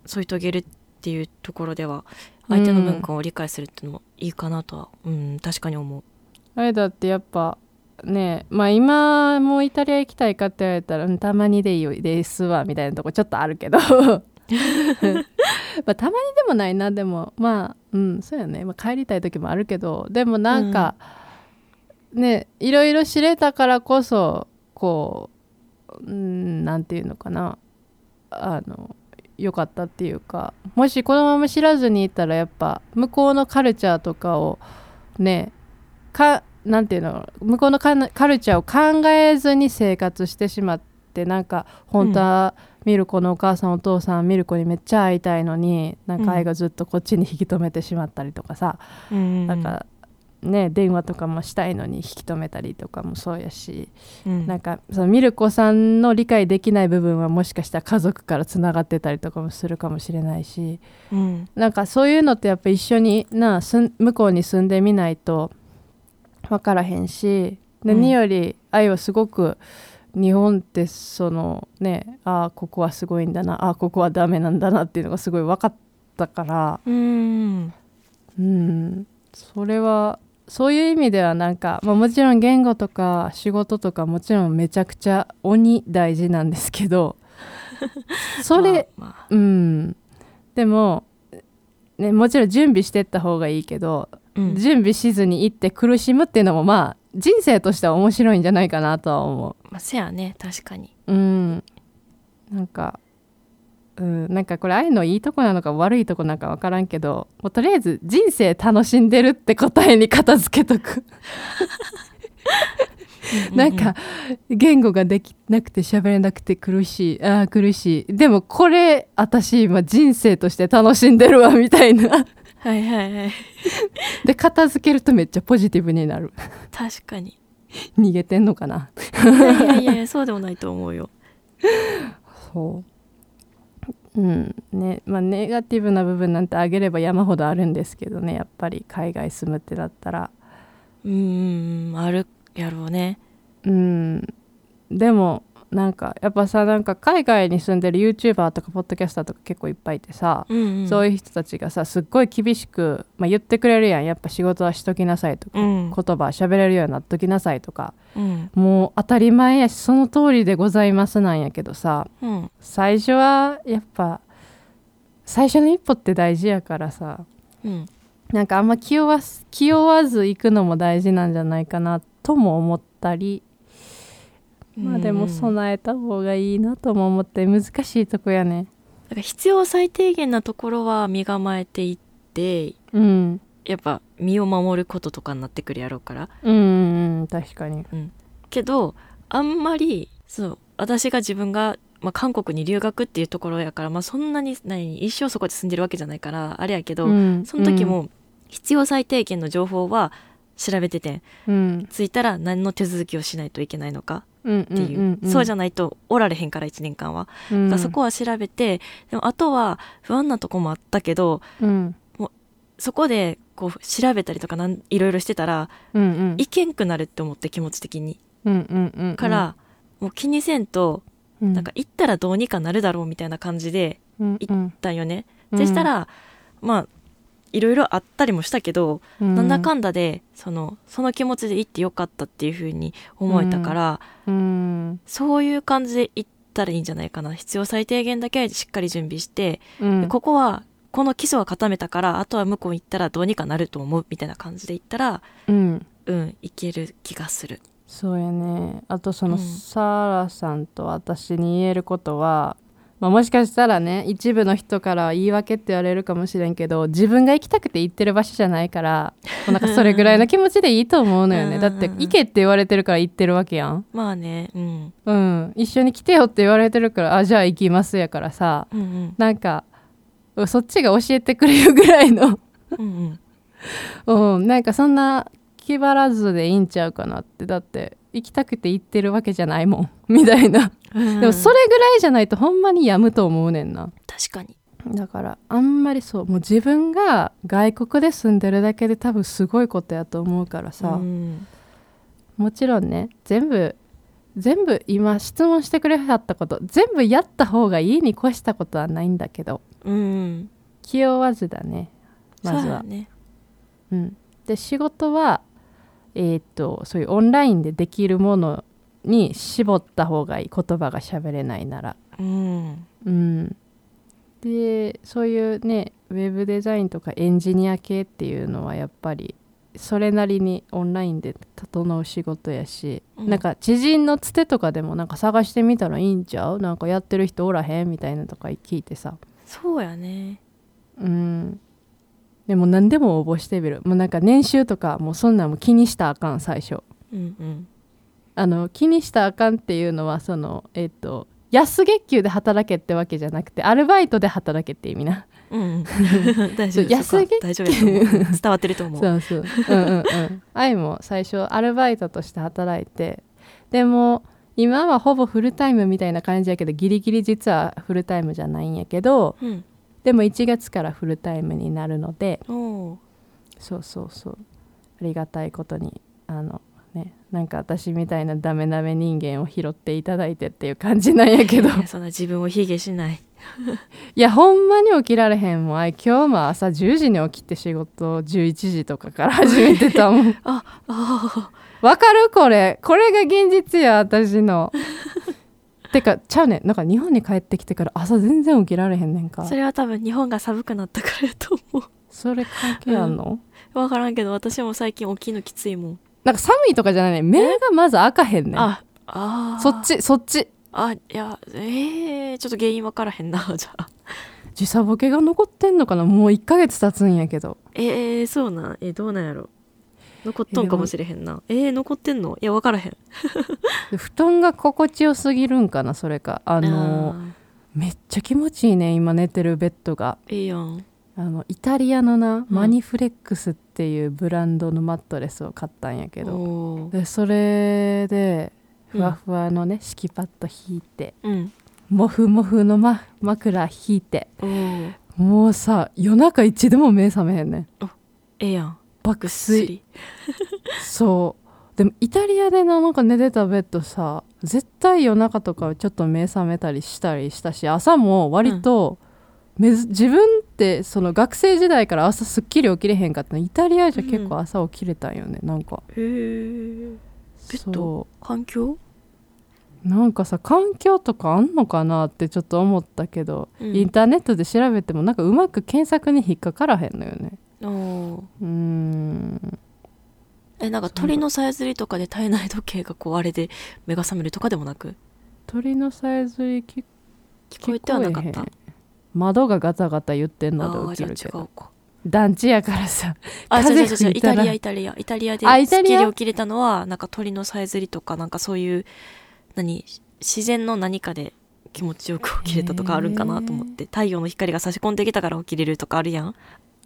Speaker 3: 添い遂げるっていうところでは相手の文化を理解するっていうのもいいかなとは、うん確かに思う。
Speaker 2: あれだってやっぱねまあ今もうイタリア行きたいかって言われたらうんたまにでいいよですわみたいなとこちょっとあるけどまあたまにでもないなでもまあうんそうやね、まあ、帰りたい時もあるけどでもなんか、ねいろいろ知れたからこそこううんなんていうのかなあの良かったっていうかもしこのまま知らずにいたらやっぱ向こうのカルチャーとかをねかなんていうの向こうのカナカルチャーを考えずに生活してしまってなんか本当はミルコのお母さんお父さんミルコにめっちゃ会いたいのになんか愛がずっとこっちに引き止めてしまったりとかさ、
Speaker 3: うん
Speaker 2: なんかね電話とかもしたいのに引き止めたりとかもそうやし、
Speaker 3: うん
Speaker 2: なんかそのミルコさんの理解できない部分はもしかしたら家族からつながってたりとかもするかもしれないし。
Speaker 3: うん
Speaker 2: なんかそういうのってやっぱ一緒になすん向こうに住んでみないと分からへんし
Speaker 3: うん
Speaker 2: 何より愛はすごく日本ってそのねああここはすごいんだなああここはダメなんだなっていうのがすごい分かったから
Speaker 3: うん
Speaker 2: うんそれはそういう意味ではなんか、まあ、もちろん言語とか仕事とかもちろんめちゃくちゃ鬼大事なんですけ どそれ、
Speaker 3: まあ
Speaker 2: うん、でも、ね、もちろん準備してった方がいいけど、
Speaker 3: まあうん
Speaker 2: 準備しずに行って苦しむっていうのもまあ人生としては面白いんじゃないかなとは思
Speaker 3: まあ、せやね確かに。
Speaker 2: う。うん、なんか、うん、なんかこれああいうのいいとこなのか悪いとこなんか分からんけどもうとりあえず人生楽しんでるって答えに片付けとく。なんか言語ができなくて喋れなくて苦しいあー苦しいでもこれ私今人生として楽しんでるわみたいな
Speaker 3: はいはいはい
Speaker 2: で片付けるとめっちゃポジティブになる
Speaker 3: 確 かに。
Speaker 2: 逃げてんのかない
Speaker 3: やいやいやそうでもないと思うよ。
Speaker 2: そううんねまあネガティブな部分なんてあげれば山ほどあるんですけどねやっぱり海外住むってなったら
Speaker 3: うんあるやろうね。
Speaker 2: うんでもなんかやっぱさなんか海外に住んでる YouTuber とかポッドキャスターとか結構いっぱいいてさ、
Speaker 3: うんうん、
Speaker 2: そう
Speaker 3: いう
Speaker 2: いう人たちがさすっごい厳しく、まあ、言ってくれるやんやっぱ仕事はしときなさいとか、
Speaker 3: うん
Speaker 2: 言葉喋れるようになっときなさいとか
Speaker 3: うん
Speaker 2: もう当たり前やしその通りでございますなんやけどさ
Speaker 3: うん
Speaker 2: 最初はやっぱ最初の一歩って大事やからさ
Speaker 3: うん
Speaker 2: なんかあんま気負わす気負わず行くのも大事なんじゃないかなとも思ったりまあでも
Speaker 3: うん
Speaker 2: 備えた方がいいなとも思って難しいとこやね
Speaker 3: なんか必要最低限なところは身構えていって
Speaker 2: うん
Speaker 3: やっぱ身を守ることとかになってくるやろうから
Speaker 2: うんうんうん確かに
Speaker 3: けどあんまりそう私が自分が、まあ、韓国に留学っていうところやから、まあ、そんなに何一生そこで住んでるわけじゃないからあれやけど、
Speaker 2: うん
Speaker 3: その時も必要最低限の情報は調べてて
Speaker 2: うん
Speaker 3: 着いたら何の手続きをしないといけないのか
Speaker 2: って
Speaker 3: っていう,、そうじゃ
Speaker 2: な
Speaker 3: ないとおられへんから1年間は、
Speaker 2: い、
Speaker 3: だからそこは調べてでもあとは不安なとこもあったけど
Speaker 2: うん
Speaker 3: そこでこう調べたりとかなんいろいろしてたら
Speaker 2: うんうん
Speaker 3: いけんくなるって思って気持ち的に
Speaker 2: うんうんうんうん
Speaker 3: から、もう気にせんと
Speaker 2: うん
Speaker 3: なんか行ったらどうにかなるだろうみたいな感じで
Speaker 2: うんうん
Speaker 3: 行ったんよね。
Speaker 2: うん
Speaker 3: でしたらまあいろいろあったりもしたけど、
Speaker 2: うん
Speaker 3: なんだかんだでそのその気持ちで行ってよかったっていう風に思えたから、
Speaker 2: うん
Speaker 3: そういう感じで行ったらいいんじゃないかな必要最低限だけしっかり準備して、
Speaker 2: うん
Speaker 3: でここはこの基礎は固めたからあとは向こう行ったらどうにかなると思うみたいな感じで行ったら
Speaker 2: うん
Speaker 3: うんいける気がする。
Speaker 2: そうやねあとその、
Speaker 3: うん
Speaker 2: サーラさんと私に言えることは、まあ、もしかしたらね一部の人からは言い訳って言われるかもしれんけど自分が行きたくて行ってる場所じゃないからもうなんかそれぐらいの気持ちでいいと思うのよね
Speaker 3: うん
Speaker 2: だって行けって言われてるから行ってるわけやん、
Speaker 3: まあね、うん、
Speaker 2: うん、一緒に来てよって言われてるからあじゃあ行きますやからさ
Speaker 3: うんうん
Speaker 2: なんかそっちが教えてくれるぐらいの、
Speaker 3: うんうん
Speaker 2: うん、なんかそんな気張らずでいいんちゃうかなってだって行きたくて行ってるわけじゃないもん みたいな
Speaker 3: うん
Speaker 2: でもそれぐらいじゃないとほんまにやむと思うねんな
Speaker 3: 確かに
Speaker 2: だからあんまりそうもう自分が外国で住んでるだけで多分すごいことやと思うからさ、
Speaker 3: うん
Speaker 2: もちろんね全部全部今質問してくれはったこと全部やった方がいいに越したことはないんだけど
Speaker 3: うん
Speaker 2: 気負わずだねま
Speaker 3: そう
Speaker 2: ず
Speaker 3: だ
Speaker 2: は。
Speaker 3: ね
Speaker 2: うん、で仕事は、えーっとそういうオンラインでできるものに絞った方がいい言葉が喋れないなら。
Speaker 3: うん
Speaker 2: うん、でそういうねウェブデザインとかエンジニア系っていうのはやっぱりそれなりにオンラインで整う仕事やし、
Speaker 3: うん
Speaker 2: なんか知人のつてとかでもなんか探してみたらいいんちゃうなんかやってる人おらへんみたいなとか聞いてさ
Speaker 3: そうやね
Speaker 2: うんでも何でも応募してみるもうなんか年収とかもうそんなんも気にしたらあかん最初
Speaker 3: うんうん
Speaker 2: あの気にしたらあかんっていうのはそのえっ、と安月給で働けってわけじゃなくてアルバイトで働けって意味な
Speaker 3: うん うん大
Speaker 2: そ
Speaker 3: 丈
Speaker 2: う
Speaker 3: 夫
Speaker 2: 安
Speaker 3: そこは
Speaker 2: 月
Speaker 3: 大丈夫や と思う伝わってると思う
Speaker 2: そうそう。うんうんうん。愛も最初アルバイトとして働いて、でも今はほぼフルタイムみたいな感じやけど、ギリギリ実はフルタイムじゃないんやけど、
Speaker 3: うん
Speaker 2: でも1月からフルタイムになるので、
Speaker 3: おー
Speaker 2: そうそうそう。ありがたいことに、あの、ね、なんか私みたいなダメダメ人間を拾っていただいてっていう感じなんやけ ど
Speaker 3: いやそんな自分を卑下しない
Speaker 2: いやほんまに起きられへんもんあい今日も朝10時に起きて仕事を11時とかから始めてたもん
Speaker 3: ああ
Speaker 2: わかるこれこれが現実や私のてかちゃうねんなんか日本に帰ってきてから朝全然起きられへんねんか
Speaker 3: ー
Speaker 2: そ
Speaker 3: そ
Speaker 2: れ
Speaker 3: れは多分日本が寒くなったからやと思
Speaker 2: 関係あんの、
Speaker 3: うわからんけど私も最近起きるのきついもん
Speaker 2: なんか寒いとかじゃないねん目がまず開かへんねん
Speaker 3: ああー
Speaker 2: そっちそっち
Speaker 3: あいやえー、ちょっと原因わからへんな じゃあ
Speaker 2: 時差ボケが残ってんのかなもう1ヶ月経つんやけど
Speaker 3: えー、そうなんえーどうなんやろ残っとんかもしれへんなえー、残ってんのいやわからへん
Speaker 2: で布団が心地よすぎるんかなそれかあのー
Speaker 3: あ
Speaker 2: めっちゃ気持ちいいね今寝てるベッドが
Speaker 3: ーいいやん
Speaker 2: あのイタリアのな、
Speaker 3: うん
Speaker 2: マニフレックスっていうブランドのマットレスを買ったんやけど
Speaker 3: おー
Speaker 2: でそれで
Speaker 3: うん
Speaker 2: ふわふわのね、敷きパッド引いて
Speaker 3: うん
Speaker 2: モフモフの、ま、枕引いて
Speaker 3: おー
Speaker 2: もうさ夜中一度も目覚めへんねん
Speaker 3: ええやん
Speaker 2: 爆
Speaker 3: ぐっす
Speaker 2: 睡
Speaker 3: り
Speaker 2: そうでもイタリアでななんか寝てたベッドさ絶対夜中とかちょっと目覚めたりしたりしたし朝も割と、めず自分ってその学生時代から朝すっきり起きれへんかったのイタリアじゃ結構朝起きれたんよね、なんか
Speaker 3: へえベッド
Speaker 2: そう
Speaker 3: 環境
Speaker 2: なんかさ環境とかあんのかなってちょっと思ったけど、
Speaker 3: うん
Speaker 2: インターネットで調べてもなんかうまく検索に引っかからへんのよね
Speaker 3: おー
Speaker 2: うーん
Speaker 3: えなんか鳥のさえずりとかで体内時計が壊れて目が覚めるとかでもなく
Speaker 2: 鳥のさえずり聞
Speaker 3: 聞こ
Speaker 2: 聞
Speaker 3: え
Speaker 2: こ
Speaker 3: てはなかった
Speaker 2: えへん窓がガタガタ言ってんの
Speaker 3: あ
Speaker 2: で
Speaker 3: あ
Speaker 2: 起き
Speaker 3: じゃ
Speaker 2: るけ
Speaker 3: あ違
Speaker 2: ど
Speaker 3: うか
Speaker 2: 団地やからさ
Speaker 3: あ違う
Speaker 2: 風
Speaker 3: 違う違
Speaker 2: 吹
Speaker 3: う
Speaker 2: いた
Speaker 3: イタ
Speaker 2: ら
Speaker 3: リアイタリアイタリアで
Speaker 2: あイ
Speaker 3: す
Speaker 2: タ
Speaker 3: っ
Speaker 2: リ
Speaker 3: き
Speaker 2: ア
Speaker 3: り起きれたのはなんか鳥のさえずりとかなんかそういう何自然の何かで気持ちよく起きれたとかあるんかなと思って太陽の光が差し込んできたから起きれるとかあるやん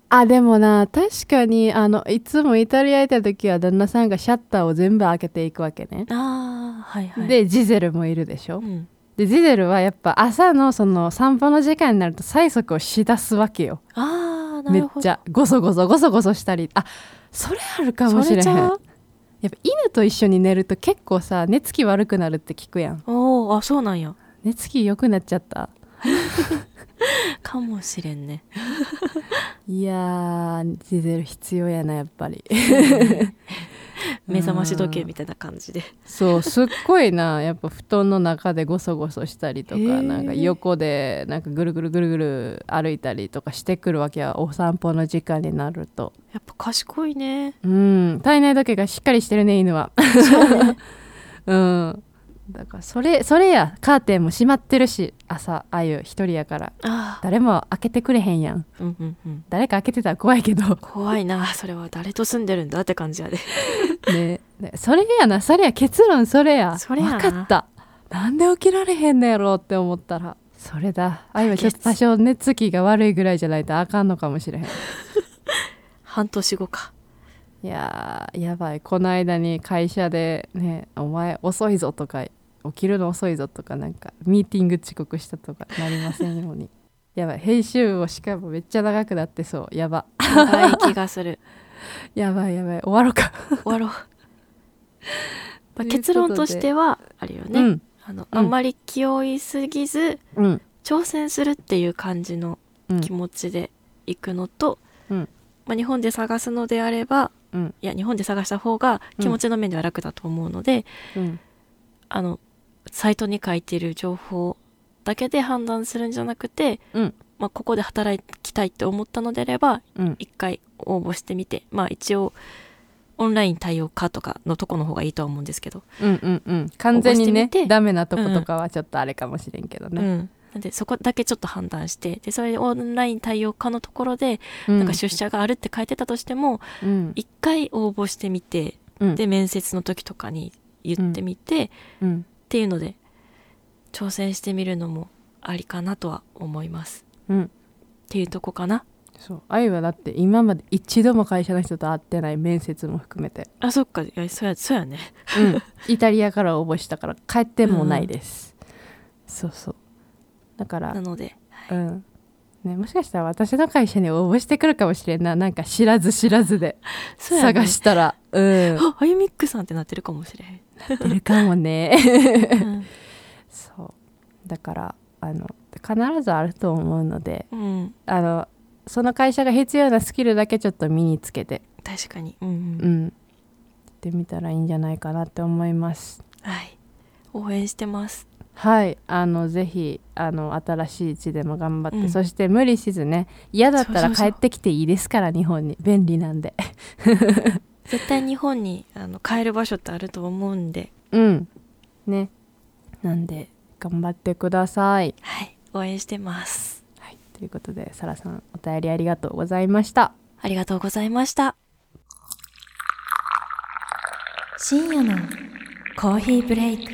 Speaker 2: あでもな確かにあのいつもイタリアいた時は旦那さんがシャッターを全部開けていくわけね、
Speaker 3: あーはいはい、
Speaker 2: でジゼルもいるでしょ、
Speaker 3: うん、
Speaker 2: でジゼルはやっぱ朝のその散歩の時間になると催促をしだすわけよ
Speaker 3: あーな
Speaker 2: めっ
Speaker 3: るほど
Speaker 2: ちゃゴソゴソゴソゴソしたりあそれあるかもしれへん
Speaker 3: それち
Speaker 2: やっ
Speaker 3: ゃ
Speaker 2: ぱ
Speaker 3: う
Speaker 2: 犬と一緒に寝ると結構さ寝つき悪くなるって聞くやん
Speaker 3: おおあそうなんや
Speaker 2: 寝つき良くなっちゃった
Speaker 3: かもしれんね
Speaker 2: いやージゼル必要やなやっぱり
Speaker 3: 目覚まし時計みたいな感じで
Speaker 2: そうすっごいな やっぱ布団の中でゴソゴソしたりと
Speaker 3: へ
Speaker 2: か
Speaker 3: ー
Speaker 2: なんか横でなんかぐるぐるぐるぐる歩いたりとかしてくるわけやお散歩の時間になると
Speaker 3: やっぱ賢いね
Speaker 2: うん体内時計がしっかりしてるね犬は うんだからそれそれやカーテンも閉まってるし朝あゆ一人やから
Speaker 3: ああ
Speaker 2: 誰も開けてくれへんやん
Speaker 3: うんうんうん
Speaker 2: 誰か開けてたら怖いけど
Speaker 3: 怖いなそれは誰と住んでるんだって感じやで
Speaker 2: ねねそれやなそれや結論それや
Speaker 3: それやな
Speaker 2: 分かったなんで起きられへんのやろうって思ったらそれだあゆはちょっと多少寝つきが悪いぐらいじゃないとあかんのかもしれへん
Speaker 3: 半年後か
Speaker 2: いやーやばいこの間に会社でね「お前遅いぞ」とか「起きるの遅いぞ」とかなんかミーティング遅刻したとかなりませんように やばい編集をしかもめっちゃ長くなってそうやば
Speaker 3: 長い気が する
Speaker 2: やばいやばい終わろうか、
Speaker 3: 終わろう。
Speaker 2: ということ
Speaker 3: まあ
Speaker 2: で
Speaker 3: 結論としてはあれよね、
Speaker 2: うん
Speaker 3: あの
Speaker 2: うん
Speaker 3: あんまり気負いすぎず
Speaker 2: うん
Speaker 3: 挑戦するっていう感じの
Speaker 2: うん
Speaker 3: 気持ちで行くのと、
Speaker 2: うん
Speaker 3: まあ、日本で探すのであれば
Speaker 2: うん
Speaker 3: いや日本で探した方が気持ちの面では楽だと思うので、
Speaker 2: うん
Speaker 3: あのサイトに書いている情報だけで判断するんじゃなくて、
Speaker 2: うん
Speaker 3: まあ、ここで働きたいって思ったのであれば
Speaker 2: うん
Speaker 3: 一回応募してみてまあ一応オンライン対応かとかのとこの方がいいとは思うんですけど、
Speaker 2: うんうんうん完全にね
Speaker 3: 起こしてみて
Speaker 2: ダメなとことかはちょっとあれかもしれんけど
Speaker 3: う
Speaker 2: ね、
Speaker 3: ん、なんでそこだけちょっと判断してでそれでオンライン対応かのところで、
Speaker 2: うん、
Speaker 3: なんか出社があるって書いてたとしても
Speaker 2: うん
Speaker 3: 一回応募してみて
Speaker 2: うん
Speaker 3: で面接の時とかに言ってみて、っ
Speaker 2: うん
Speaker 3: ていうので挑戦してみるのもありかなとは思います
Speaker 2: うん
Speaker 3: っていうとこかな
Speaker 2: そう愛はだって今まで一度も会社の人と会ってない面接も含めて、
Speaker 3: あそっかいやそうやそうやね
Speaker 2: うん、イタリアから応募したから帰ってもないです、そうそうだから
Speaker 3: なので
Speaker 2: うんね、もしかしたら私の会社に応募してくるかもしれんななんか知らず知らずで
Speaker 3: そうやね
Speaker 2: 探したらうん
Speaker 3: ああゆみっくさんってなってるかもしれへん
Speaker 2: 出るかもね
Speaker 3: うん
Speaker 2: そうだからあの必ずあると思うので
Speaker 3: うん、
Speaker 2: あのその会社が必要なスキルだけちょっと身につけて
Speaker 3: 確かに、うんう
Speaker 2: うんんやってみたらいいんじゃないかなって思います
Speaker 3: はい応援してます
Speaker 2: はいあのぜひあの新しい地でも頑張って、
Speaker 3: うん
Speaker 2: そして無理せずね嫌だった
Speaker 3: そ
Speaker 2: ら
Speaker 3: うそうそう
Speaker 2: 帰ってきていいですから日本に便利なんで
Speaker 3: 絶対日本 にあの帰る場所ってあると思うんで
Speaker 2: うんねなんで頑張ってください、
Speaker 3: はい応援してます
Speaker 2: はい、ということでサラさんお便りありがとうございました
Speaker 3: ありがとうございました
Speaker 1: 深夜の
Speaker 3: コーヒーブレイク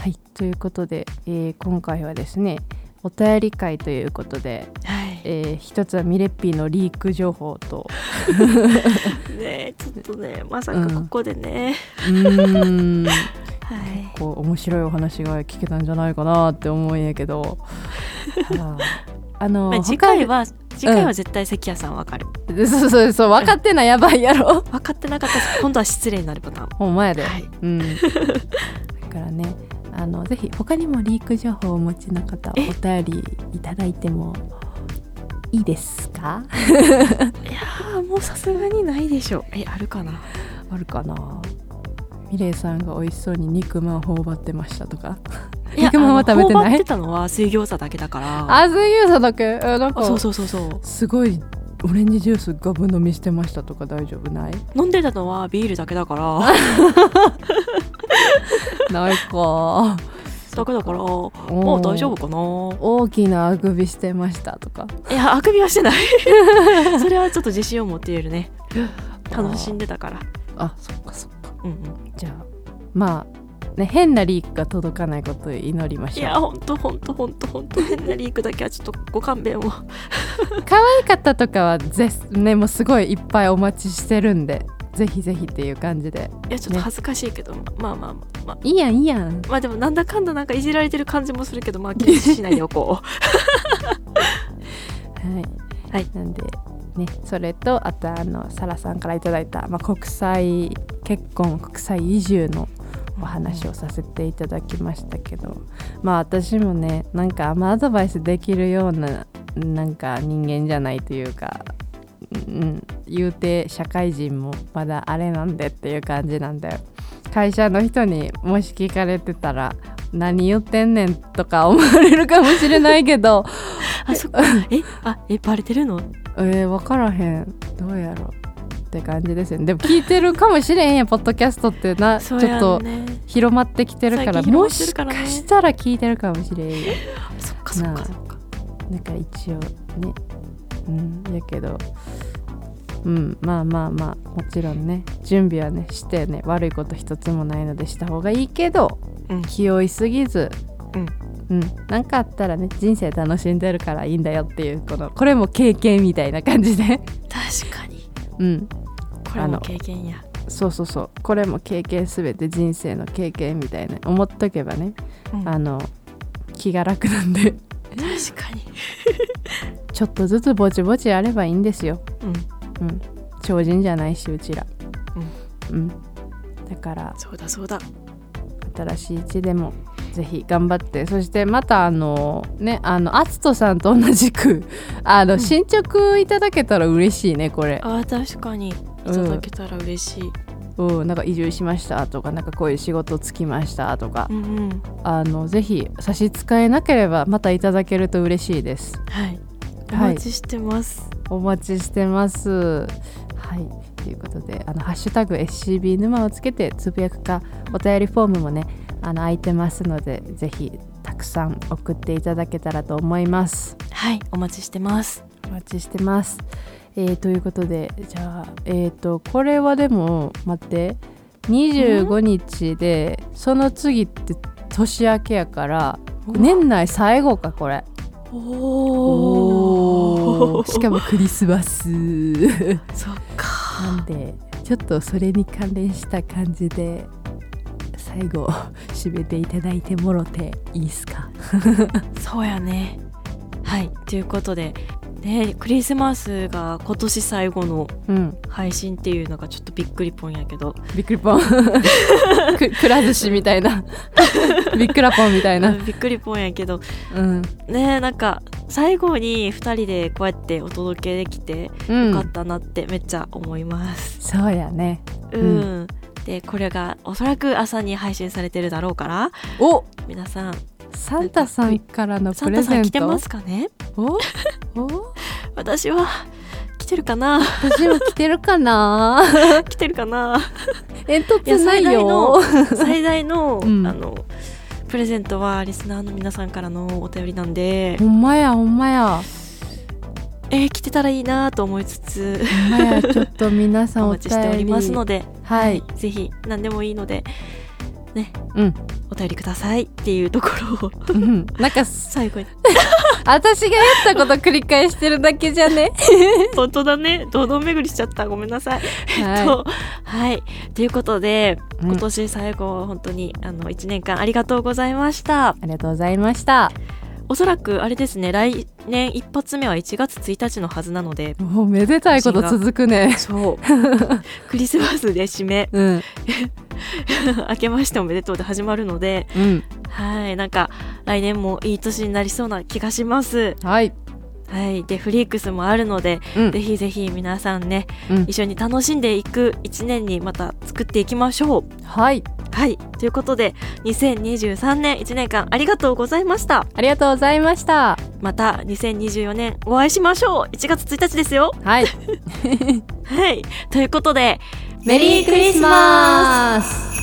Speaker 2: はいということで、えー今回はですねお便り会ということで、
Speaker 3: はい
Speaker 2: えー一つはミレッピーのリーク情報 と
Speaker 3: ねえちょっとねまさ
Speaker 2: う
Speaker 3: か
Speaker 2: ん
Speaker 3: ここでね、
Speaker 2: うーん
Speaker 3: はい
Speaker 2: こう面白いお話が聞けたんじゃないかなって思うんやけ どはああの、
Speaker 3: まあ、次回は次回は絶対関谷さんわかる、
Speaker 2: 他にそうそうそう分かってないやばいやろ
Speaker 3: 分かってなかったです今度は失礼になるパターン
Speaker 2: ほんまやで、
Speaker 3: はい
Speaker 2: うん、だからねあのぜひ他にもリーク情報をお持ちの方お
Speaker 3: え
Speaker 2: 便りいただいてもいいですか
Speaker 3: いやーもうさすがにないでしょえあるかな
Speaker 2: あるかなミレイさんが美味しそうに肉まん頬張ってましたとか
Speaker 3: いや
Speaker 2: 肉まんは食べてない
Speaker 3: あの頬張ってたのは水餃子だけだから
Speaker 2: あずゆうさだけえなんか
Speaker 3: あそうそうそうそう
Speaker 2: すごいオレンジジュースガブ飲みしてましたとか大丈夫ない
Speaker 3: 飲んでたのはビールだけだから
Speaker 2: ないか
Speaker 3: だけだからも
Speaker 2: お
Speaker 3: う
Speaker 2: ー
Speaker 3: 大丈夫かな
Speaker 2: 大きなあくびしてましたとか
Speaker 3: いやあくびはしてない それはちょっと自信を持っているね楽しんでたから
Speaker 2: あそっかそっか
Speaker 3: うんうん
Speaker 2: じゃあまあね変なリークが届かないことを祈りま
Speaker 3: い
Speaker 2: しょう
Speaker 3: やほんとほんとほんとほんと変なリークだけはちょっとご勘弁を
Speaker 2: 可愛かったとかはぜねもうすごいいっぱいお待ちしてるんでぜひぜひっていう感じで
Speaker 3: いやちょっと恥ずかしいけど、まあまあまあまあ
Speaker 2: いいやんいいやん
Speaker 3: まあでもなんだかんだなんかいじられてる感じもするけどまあ気にしないでおこう
Speaker 2: はい、
Speaker 3: はい
Speaker 2: なんでねそれとあとあのサラさんからいただいた、まあ、国際結婚国際移住のお話をさせていただきましたけどまあ私もねなんかあんまアドバイスできるようななんか人間じゃないというか、うん、言うて社会人もまだあれなんでっていう感じなんで会社の人にもし聞かれてたら何言ってんねんとか思われるかもしれないけど
Speaker 3: あそっか えあえバレてるの
Speaker 2: えー、分からへんどうやろって感じですよねでも聞いてるかもしれんやんポッドキャストってな、ちょ
Speaker 3: そうや
Speaker 2: っと
Speaker 3: んね
Speaker 2: 広まってきてるから
Speaker 3: 最近広ま
Speaker 2: も
Speaker 3: って
Speaker 2: し
Speaker 3: るからね
Speaker 2: かしたら聞いてるかもしれんやん
Speaker 3: そっかそっかそっか
Speaker 2: だから一応ねうんやけどうんまあまあまあもちろんね準備はねしてね悪いこと一つもないのでした方がいいけど
Speaker 3: うん
Speaker 2: 気負いすぎず
Speaker 3: うん
Speaker 2: うん、なんかあったらね人生楽しんでるからいいんだよっていうこのこれも経験みたいな感じで
Speaker 3: 確かに
Speaker 2: うん
Speaker 3: これ
Speaker 2: あ
Speaker 3: も
Speaker 2: の
Speaker 3: 経験や
Speaker 2: そうそうそうこれも経験すべて人生の経験みたいな思っとけばね、
Speaker 3: うん
Speaker 2: あの気が楽なんで
Speaker 3: 確かに
Speaker 2: ちょっとずつぼちぼちやればいいんですよ、
Speaker 3: うん
Speaker 2: うん、超人じゃないしうちら、うんだから
Speaker 3: そうだそうだ
Speaker 2: 新しい地でもぜひ頑張ってそしてまたあのねあの篤人さんと同じく あの、
Speaker 3: うん
Speaker 2: 進捗いただけたら嬉しいねこれ
Speaker 3: あー確かにいただけたら嬉しい、
Speaker 2: うんなんか移住しましたとかなんかこういう仕事つきましたとか、
Speaker 3: うんうん
Speaker 2: あのぜひ差し支えなければまたいただけると嬉しいです
Speaker 3: はいお
Speaker 2: はい
Speaker 3: 待ちしてます、
Speaker 2: お待ちしてますはいということであのハッシュタグ SCB 沼をつけてつぶやくかお便りフォームもねあの空いてますのでぜひたくさん送っていただけたらと思います
Speaker 3: はいお待ちしてます
Speaker 2: お待ちしてます。えーということでじゃあえっ、とこれはでも待って25日でその次って年明けやから年内最後かこれ
Speaker 3: お
Speaker 2: お
Speaker 3: お
Speaker 2: ーしかもクリスマスな
Speaker 3: そっか
Speaker 2: んでちょっとそれに関連した感じで最後締めていただいてもろていいっすか
Speaker 3: そうやねはいということでねクリスマスが今年最後の
Speaker 2: うん
Speaker 3: 配信っていうのがちょっとびっくりぽんやけど
Speaker 2: びっくりぽん くくら寿司みたい なびっくらぽんみたいな
Speaker 3: うんびっくりぽんやけど
Speaker 2: うん
Speaker 3: ねなんか最後に2人でこうやってお届けできて
Speaker 2: う
Speaker 3: よかっ
Speaker 2: ん、
Speaker 3: たなってめっちゃ思います
Speaker 2: そうやね
Speaker 3: うん、
Speaker 2: ん
Speaker 3: でこれがおそらく朝に配信されてるだろうから
Speaker 2: お
Speaker 3: 皆さん
Speaker 2: サンタさんからの
Speaker 3: サ
Speaker 2: プ
Speaker 3: ン
Speaker 2: レ
Speaker 3: タさ
Speaker 2: ゼン
Speaker 3: ん
Speaker 2: ト
Speaker 3: 来てますかね
Speaker 2: おお
Speaker 3: 私は来てるかな
Speaker 2: 私も来てるかな
Speaker 3: 来てるかな
Speaker 2: 煙
Speaker 3: いや
Speaker 2: 突な
Speaker 3: 最
Speaker 2: い
Speaker 3: 大
Speaker 2: よ
Speaker 3: の最大の,、
Speaker 2: うん
Speaker 3: あのプレゼントはリスナーの皆さんからのお便りなんで
Speaker 2: ほんまやほんまや
Speaker 3: えー、来てたらいいなと思いつつ
Speaker 2: ほんまやちょっと皆さん
Speaker 3: お
Speaker 2: お
Speaker 3: 待ちしておりますの
Speaker 2: で
Speaker 3: で、
Speaker 2: はい
Speaker 3: ぜひ何でもいいのでね、
Speaker 2: うん
Speaker 3: お便りくださいっていうところを
Speaker 2: うんなんかす
Speaker 3: 最後に
Speaker 2: 私がやったこと繰り返してるだけじゃね
Speaker 3: 本当だね堂々巡りしちゃったごめんなさい。
Speaker 2: は
Speaker 3: とはい、ということで
Speaker 2: うん
Speaker 3: 今年最後本当にあの1年間ありがとうございました。
Speaker 2: ありがとうございました
Speaker 3: おそらくあれですね来年一発目は1月1日のはずなので
Speaker 2: おめでたいこと続くね
Speaker 3: そう クリスマスで締め
Speaker 2: うん
Speaker 3: 明けましておめでとうで始まるので
Speaker 2: うん
Speaker 3: はいなんか来年もいい年になりそうな気がします。
Speaker 2: はい
Speaker 3: はい、でフリークスもあるので、
Speaker 2: うん
Speaker 3: ぜひぜひ皆さんね
Speaker 2: うん
Speaker 3: 一緒に楽しんでいく1年にまた作っていきましょう。
Speaker 2: はい
Speaker 3: はいということで2023年1年間ありがとうございました
Speaker 2: ありがとうございました
Speaker 3: また2024年お会いしましょう1月1日ですよ
Speaker 2: はい
Speaker 3: はいということで
Speaker 2: メリークリスマス